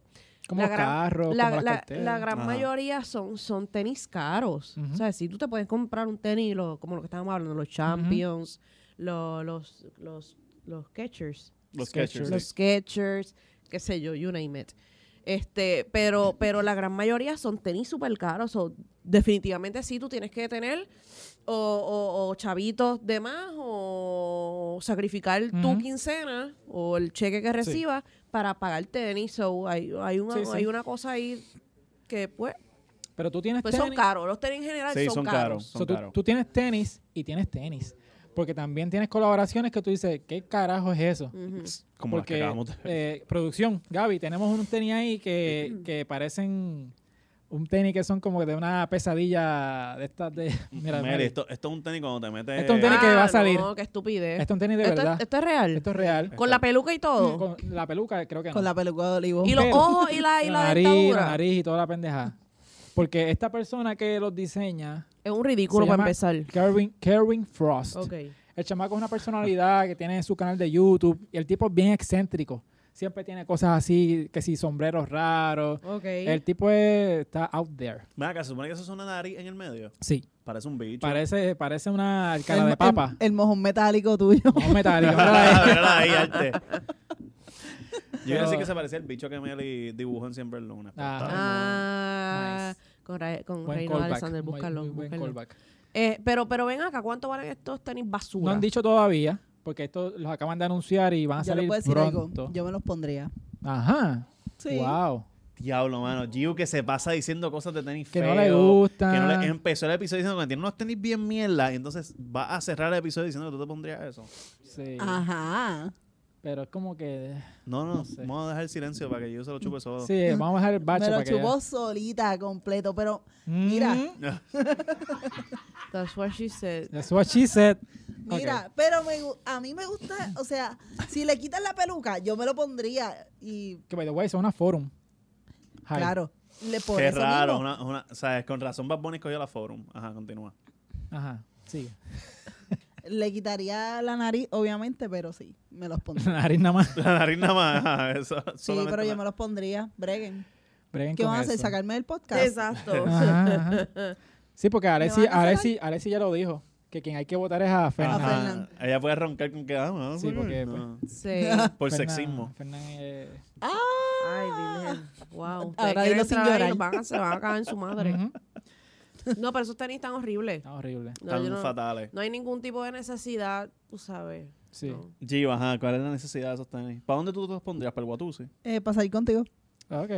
Como
La
los
gran-
carros,
la,
como las
la-
carteras.
la gran
Ajá.
mayoría son, son tenis caros.
Ujú.
O sea, si tú te puedes comprar un tenis, lo- como lo que estábamos hablando, los Champions, lo- los, los, los Catchers,
Los
Skechers.
Skechers.
los Skechers, qué sé yo, you name it. Este, pero, pero la gran mayoría son tenis súper caros. o definitivamente sí, tú tienes que tener o, o- o chavitos de más o sacrificar
Ujú.
tu quincena o el cheque que recibas para pagar tenis. So, hay, hay, una,
Sí, sí.
hay una cosa ahí que pues,
Pero tú tienes
pues
tenis.
son caros. Los tenis en general
Sí,
son,
son
caros.
caros.
So, tú,
caros.
tú tienes tenis y tienes tenis. Porque también tienes colaboraciones que tú dices, ¿qué carajo es eso?
Ujú.
Como las que
Porque,
acabamos de ver.
eh, producción, Gaby, tenemos un tenis ahí
Mm.
que, que parecen un tenis que son como de una pesadilla de estas
(laughs)
de... Mira,
Mary,
Mary.
esto, esto es un tenis cuando te metes. Ah,
Esto es un tenis que- va a salir.
Ah, No, qué estupidez.
Esto es un tenis de
Esto es- Oh.
verdad.
esto es real.
Esto es real.
(laughs) Con la peluca y todo.
Con la peluca creo que no.
Con la peluca de olivo.
Y los
Pero-
ojos y la, y la,
nariz,
dentadura.
la nariz y toda la pendejada. Porque esta persona que los diseña,
Es un ridículo
Se
para
llama-
empezar.
Kerwin, Kerwin Frost.
Ok.
El chamaco es una personalidad que tiene su canal de YouTube. Y el tipo es bien excéntrico. Siempre tiene cosas así, que si sombreros raros.
Ok.
El tipo es- está out there.
Mira, que se supone que eso es una nariz en el medio.
Sí.
Parece un bicho.
Parece, parece una cara
el,
de papa.
El, el mojón metálico tuyo.
No metálico.
(laughs)
¿verdad?
Mírala
(laughs)
ahí, arte. Yo iba a
Pero-
decir que se parecía al bicho que Meli dibujó en Siempre el lunes. pero
Ah.
está
Ah, con, Ra- con
Buen
Reino
callback,
Alexander,
muy-
búscalo.
muy buen
búscalo.
callback.
Eh, pero, pero ven acá, ¿cuánto valen estos tenis basura?
No han dicho todavía, porque esto los acaban de anunciar y van a
Yo
salir
les puedo decir
pronto.
algo. Yo me los pondría.
Ajá.
Sí.
Wow.
bien. Diablo, mano. Giu que se pasa diciendo cosas de tenis
Que
feo,
no le gustan.
Que no le- em- empezó el episodio diciendo que tiene unos tenis bien mierda. Y entonces va a cerrar el episodio diciendo que tú te pondrías eso.
Sí.
Ah. Ajá.
Pero es como que.
No, no,
No sé.
vamos a dejar el silencio para que yo se lo chupe solo.
Sí, vamos a dejar el bache
me
para
los
que. ella-
chupó solita completo, pero
Mm,
Mira.
That's what she said.
That's what she said.
mira, pero me, gu- a mí me gusta, o sea, si le quitan la peluca, yo me lo pondría y
Ok. Que by the way, son una forum. Hi.
claro, le por
Qué
eso
raro.
mismo.
Una, una- ¿sabes? Con razón Bad Bunny cogió la forum. Ajá, continúa. (laughs)
Ajá. Sí.
le quitaría la nariz, obviamente, pero sí, me los
(laughs)
pondría.
(laughs) La nariz nada más.
La nariz nada más. ajá, eso,
Sí,
solamente
pero yo
una-
me los pondría, breguen.
Breguen
¿Qué
con
van a hacer?
eso.
¿Sacarme del podcast?
Exacto.
Ajá,
(laughs)
ajá. Sí, porque Alexi,
van a sacar?
Alexi, Alexi ya lo dijo. Que quien hay que votar es a
Ajá,
Fernan.
A Fernan.
Ella puede roncar con que. ah, no,
Sí, porque, pues,
no.
Sí.
Por
Fernan-
sexismo.
Fernan, eh,
Ay, Virgen. Wow. Ustedes
Ahora
quieren
dilo sin
entrar
llorar.
ahí, los Van a, se van a cagar en su madre.
ujú.
No, pero esos tenis están horribles.
Está horrible.
No,
Tan
yo no,
fatales.
no hay ningún tipo de necesidad, tú sabes.
Sí.
No.
Gio, ajá, ¿cuál es la necesidad de esos tenis? ¿Para dónde tú te los pondrías? ¿Para el Watusi?
Eh, pasar contigo. (laughs)
Ok.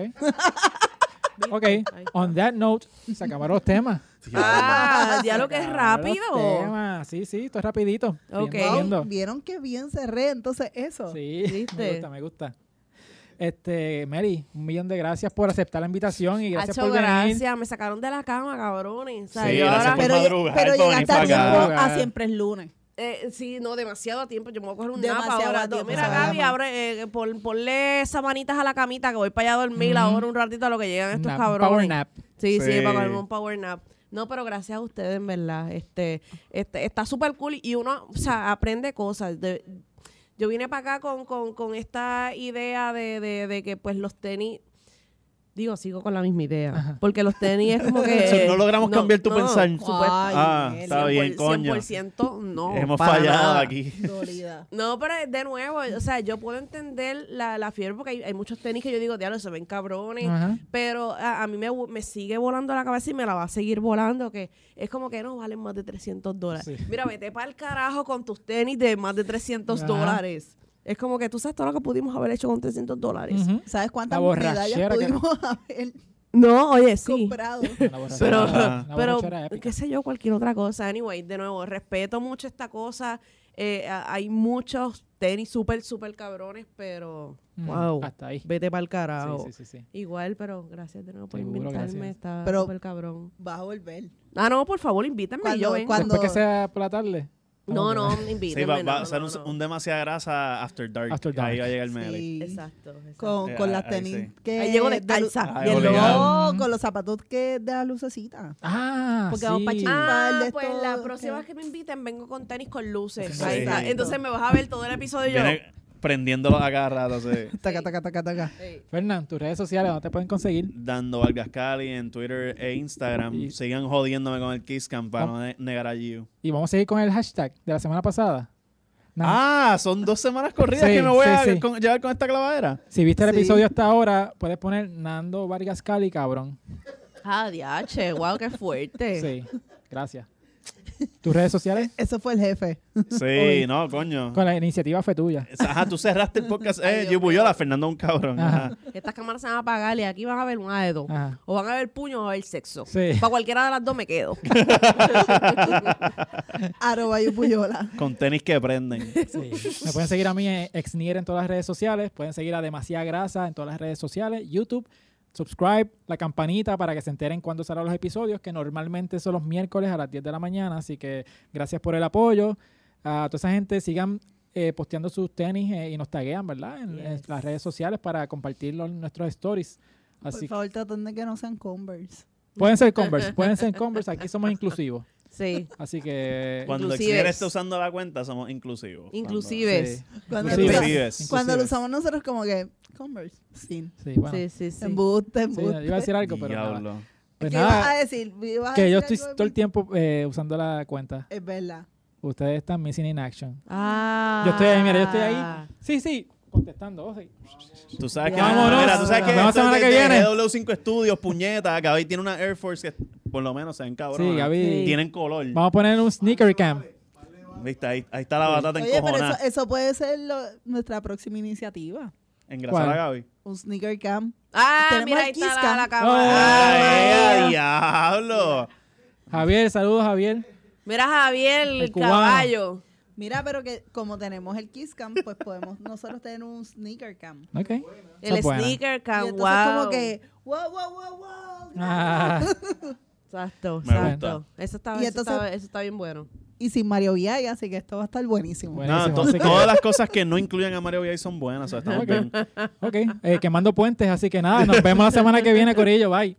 Ok. On that note, se acabaron los temas.
Ah, diablo que
Se
es
acabaron los
rápido.
temas. Sí, sí, esto es rapidito. Viendo,
Ok.
viendo.
Wow, ¿Vieron que bien cerré entonces eso?
Sí, (laughs) me
¿Viste?
gusta, me gusta. Este, Mary, un millón de gracias por aceptar la invitación y gracias
Hacho,
por venir.
gracias. Me sacaron de la cama, cabrones. O sea,
Sí,
yo
gracias
ahora-
por-
Pero, lle-
madrugar,
pero
por venir
llegaste a
para acá.
tiempo a
Madrugar.
siempre es lunes.
Eh, sí, no, demasiado a tiempo. Yo me voy a coger un
Demasiado
nap ahora.
a tiempo.
Mira, Gaby,
Ajá.
abre, eh, pon- ponle esas manitas a la camita que voy para allá a dormir
Ujú.
ahora un ratito a lo que llegan estos
Nap,
cabrones.
Power nap.
Sí, sí,
Sí.
para cogerme un power nap. No, pero gracias a ustedes, en verdad. Este, este, está súper cool y uno, o sea, aprende cosas. De- yo vine para acá con, con, con esta idea de, de, de que pues los tenis, digo, sigo con la misma idea.
Ajá.
Porque los tenis es
(laughs)
como que.
Eso, no logramos cambiar tu
no,
pensar.
supuesto.
Ay,
ah,
Mel,
está bien, coño.
100% no.
Hemos
para
fallado
nada.
aquí.
Dolida.
No, pero de nuevo, o sea, yo puedo entender la, la fiebre porque hay, hay muchos tenis que yo digo, diablo, se ven cabrones.
Ajá.
Pero a, a mí me, vo- me sigue volando la cabeza y me la va a seguir volando, que es como que no valen más de 300 dólares.
Sí.
Mira, vete para el carajo con tus tenis de más de 300
Ajá.
dólares. Es como que tú sabes todo lo que pudimos haber hecho con 300 dólares.
Ujú.
¿Sabes cuántas
La borrachera
medallas
que-
pudimos (laughs) haber
No, oye, sí.
comprado?
Una borrachera-
Pero,
Ajá.
una
pero
borrachera épica.
qué sé yo, cualquier otra cosa. Anyway, de nuevo, respeto mucho esta cosa. Eh, a- hay muchos tenis súper, súper cabrones, pero
Mm,
wow,
Hasta ahí. Sí,
vete para el carajo.
sí, sí, sí.
Igual, pero gracias de nuevo por
Seguro,
invitarme.
gracias.
Está
Pero-
súper cabrón.
Vas a
(laughs)
volver.
Ah, no, por favor, invítame.
Cuando-
yo vengo.
cuando-
Después que sea por la tarde.
No, no,
(laughs) Ok.
invítame.
Sí, va,
no,
va
no,
a ser un,
no.
un demasiada grasa After Dark.
After
Ahí
Dark.
va a llegar Meli.
Sí.
Exacto. exacto.
Con,
Eh,
con
ah,
las
ahí
tenis que...
Ahí llego
de
descalza.
Ay,
lu-
Bien
No,
obligado.
con los zapatos que da lucecita.
Ah,
Porque
sí.
vamos pa' Chile. par
Ah,
de
pues
estos
la
que-
próxima vez que me inviten vengo con tenis con luces.
Sí.
Ahí está.
Sí.
Entonces me vas a ver todo el episodio yo.
Viene prendiéndolo a cada rato, sí. (laughs)
Taca, taca, taca, taca.
Sí.
Fernán, tus redes sociales, ¿dónde te pueden conseguir?
Dando Vargas Cali en Twitter e Instagram.
Y-
Sigan jodiéndome con el Kiss Cam para no ne- negar a Gio.
Y vamos a seguir con el hashtag de la semana pasada. Nada.
Ah, son dos semanas corridas
Sí,
que me voy
sí,
a
sí.
con- llevar con esta (laughs) clavadera.
Si viste el
Sí.
episodio hasta ahora, puedes poner Nando Vargas Cali, cabrón.
Ah, diache, wow, qué
(laughs)
fuerte.
Sí, gracias. ¿Tus redes sociales?
Eso fue el jefe.
Sí, no, coño.
Con la iniciativa fue tuya.
Ajá, tú cerraste el podcast.
Ay,
Eh,
Dios
yo
mío.
Buyola, Fernando, un cabrón.
Ajá.
Ajá.
Estas cámaras se van a apagar y aquí van a ver un dedo.
(laughs)
Ajá.
O van a ver puños o van a ver sexo.
Ah. Sí.
Para cualquiera de las dos
(laughs)
me quedo.
Arroba Yupuyola.
Con tenis que prenden.
Me pueden seguir a mí en Exnier en todas las redes sociales. Pueden seguir a Demasiada Grasa en todas las redes sociales. YouTube. Subscribe, la campanita para que se enteren cuando salgan los episodios, que normalmente son los miércoles a las 10 de la mañana. Así que gracias por el apoyo. A toda esa gente, sigan eh, posteando sus tenis eh, y nos taguean, ¿verdad? En, en
Yes.
las redes sociales para compartir los- nuestros stories. Así
Por favor, traten de que no sean Converse.
que pueden ser Converse, pueden
(laughs)
ser Converse. Aquí somos inclusivos.
Sí.
Así que.
Cuando
Inclusives.
Exier está usando la cuenta, somos inclusivos.
sí,
Inclusives.
Inclusive.
Cuando, lo,
Inclusive.
Inclusives.
cuando
Inclusive.
lo usamos nosotros como que Converse, sin.
sí, bueno.
Sí, sí, sí.
Embuste,
Sí,
embuste.
iba a
(laughs)
decir algo, pero. nada.
Diablo.
Pues
¿Qué
nada.
ibas a decir? ¿Ibas a
Que yo
decir
estoy
algo de
todo el
mí?
tiempo eh, usando la cuenta.
Es verdad.
Ustedes están missing in action.
Ah.
Yo estoy ahí, mira, yo estoy ahí. Sí, sí, contestando. oh, sí.
Tú sabes que.
Vámonos.
Mira, tú sabes que.
Nos vemos
esto
semana
es
que
de- de
viene.
W5 Studios, puñeta. Gaby tiene una Air Force que por lo menos se ven cabrón.
Sí, Gaby.
Sí.
Tienen color.
Vamos a poner un sneaker cam.
Viste, ahí, ahí está la batata
Oye, pero
encojonada.
eso, eso puede ser lo- nuestra próxima iniciativa.
Engrasar a
¿Cuál?
Gaby.
Un sneaker cam.
Ah,
Tenemos
mira,
el
ahí
Kiss
está la,
Cam.
la cámara.
Ah,
¡Ay,
bueno.
diablo!
Javier, saludos, Javier.
Mira, Javier,
El
el
cubano.
caballo.
Mira, pero que como tenemos el Kiss Cam, pues podemos nosotros tener un sneaker cam.
Ok.
El
Es buena.
sneaker
Y
cam,
entonces
Ah, wow.
como que, wow, wow, wow, wow.
Ah,
Exacto,
Me
exacto. Eso está,
Y
eso
entonces-
está- eso está bien bueno.
Y sin Mario Viaga, así que esto va a estar buenísimo.
Bueno.
No,
Buenísimo,
entonces,
así que-
todas las cosas que no incluyan a Mario Viay son buenas. O sea, estamos
Ok.
bien.
ok, eh, quemando puentes, así que nada, nos vemos la semana que viene, Corillo. Bye.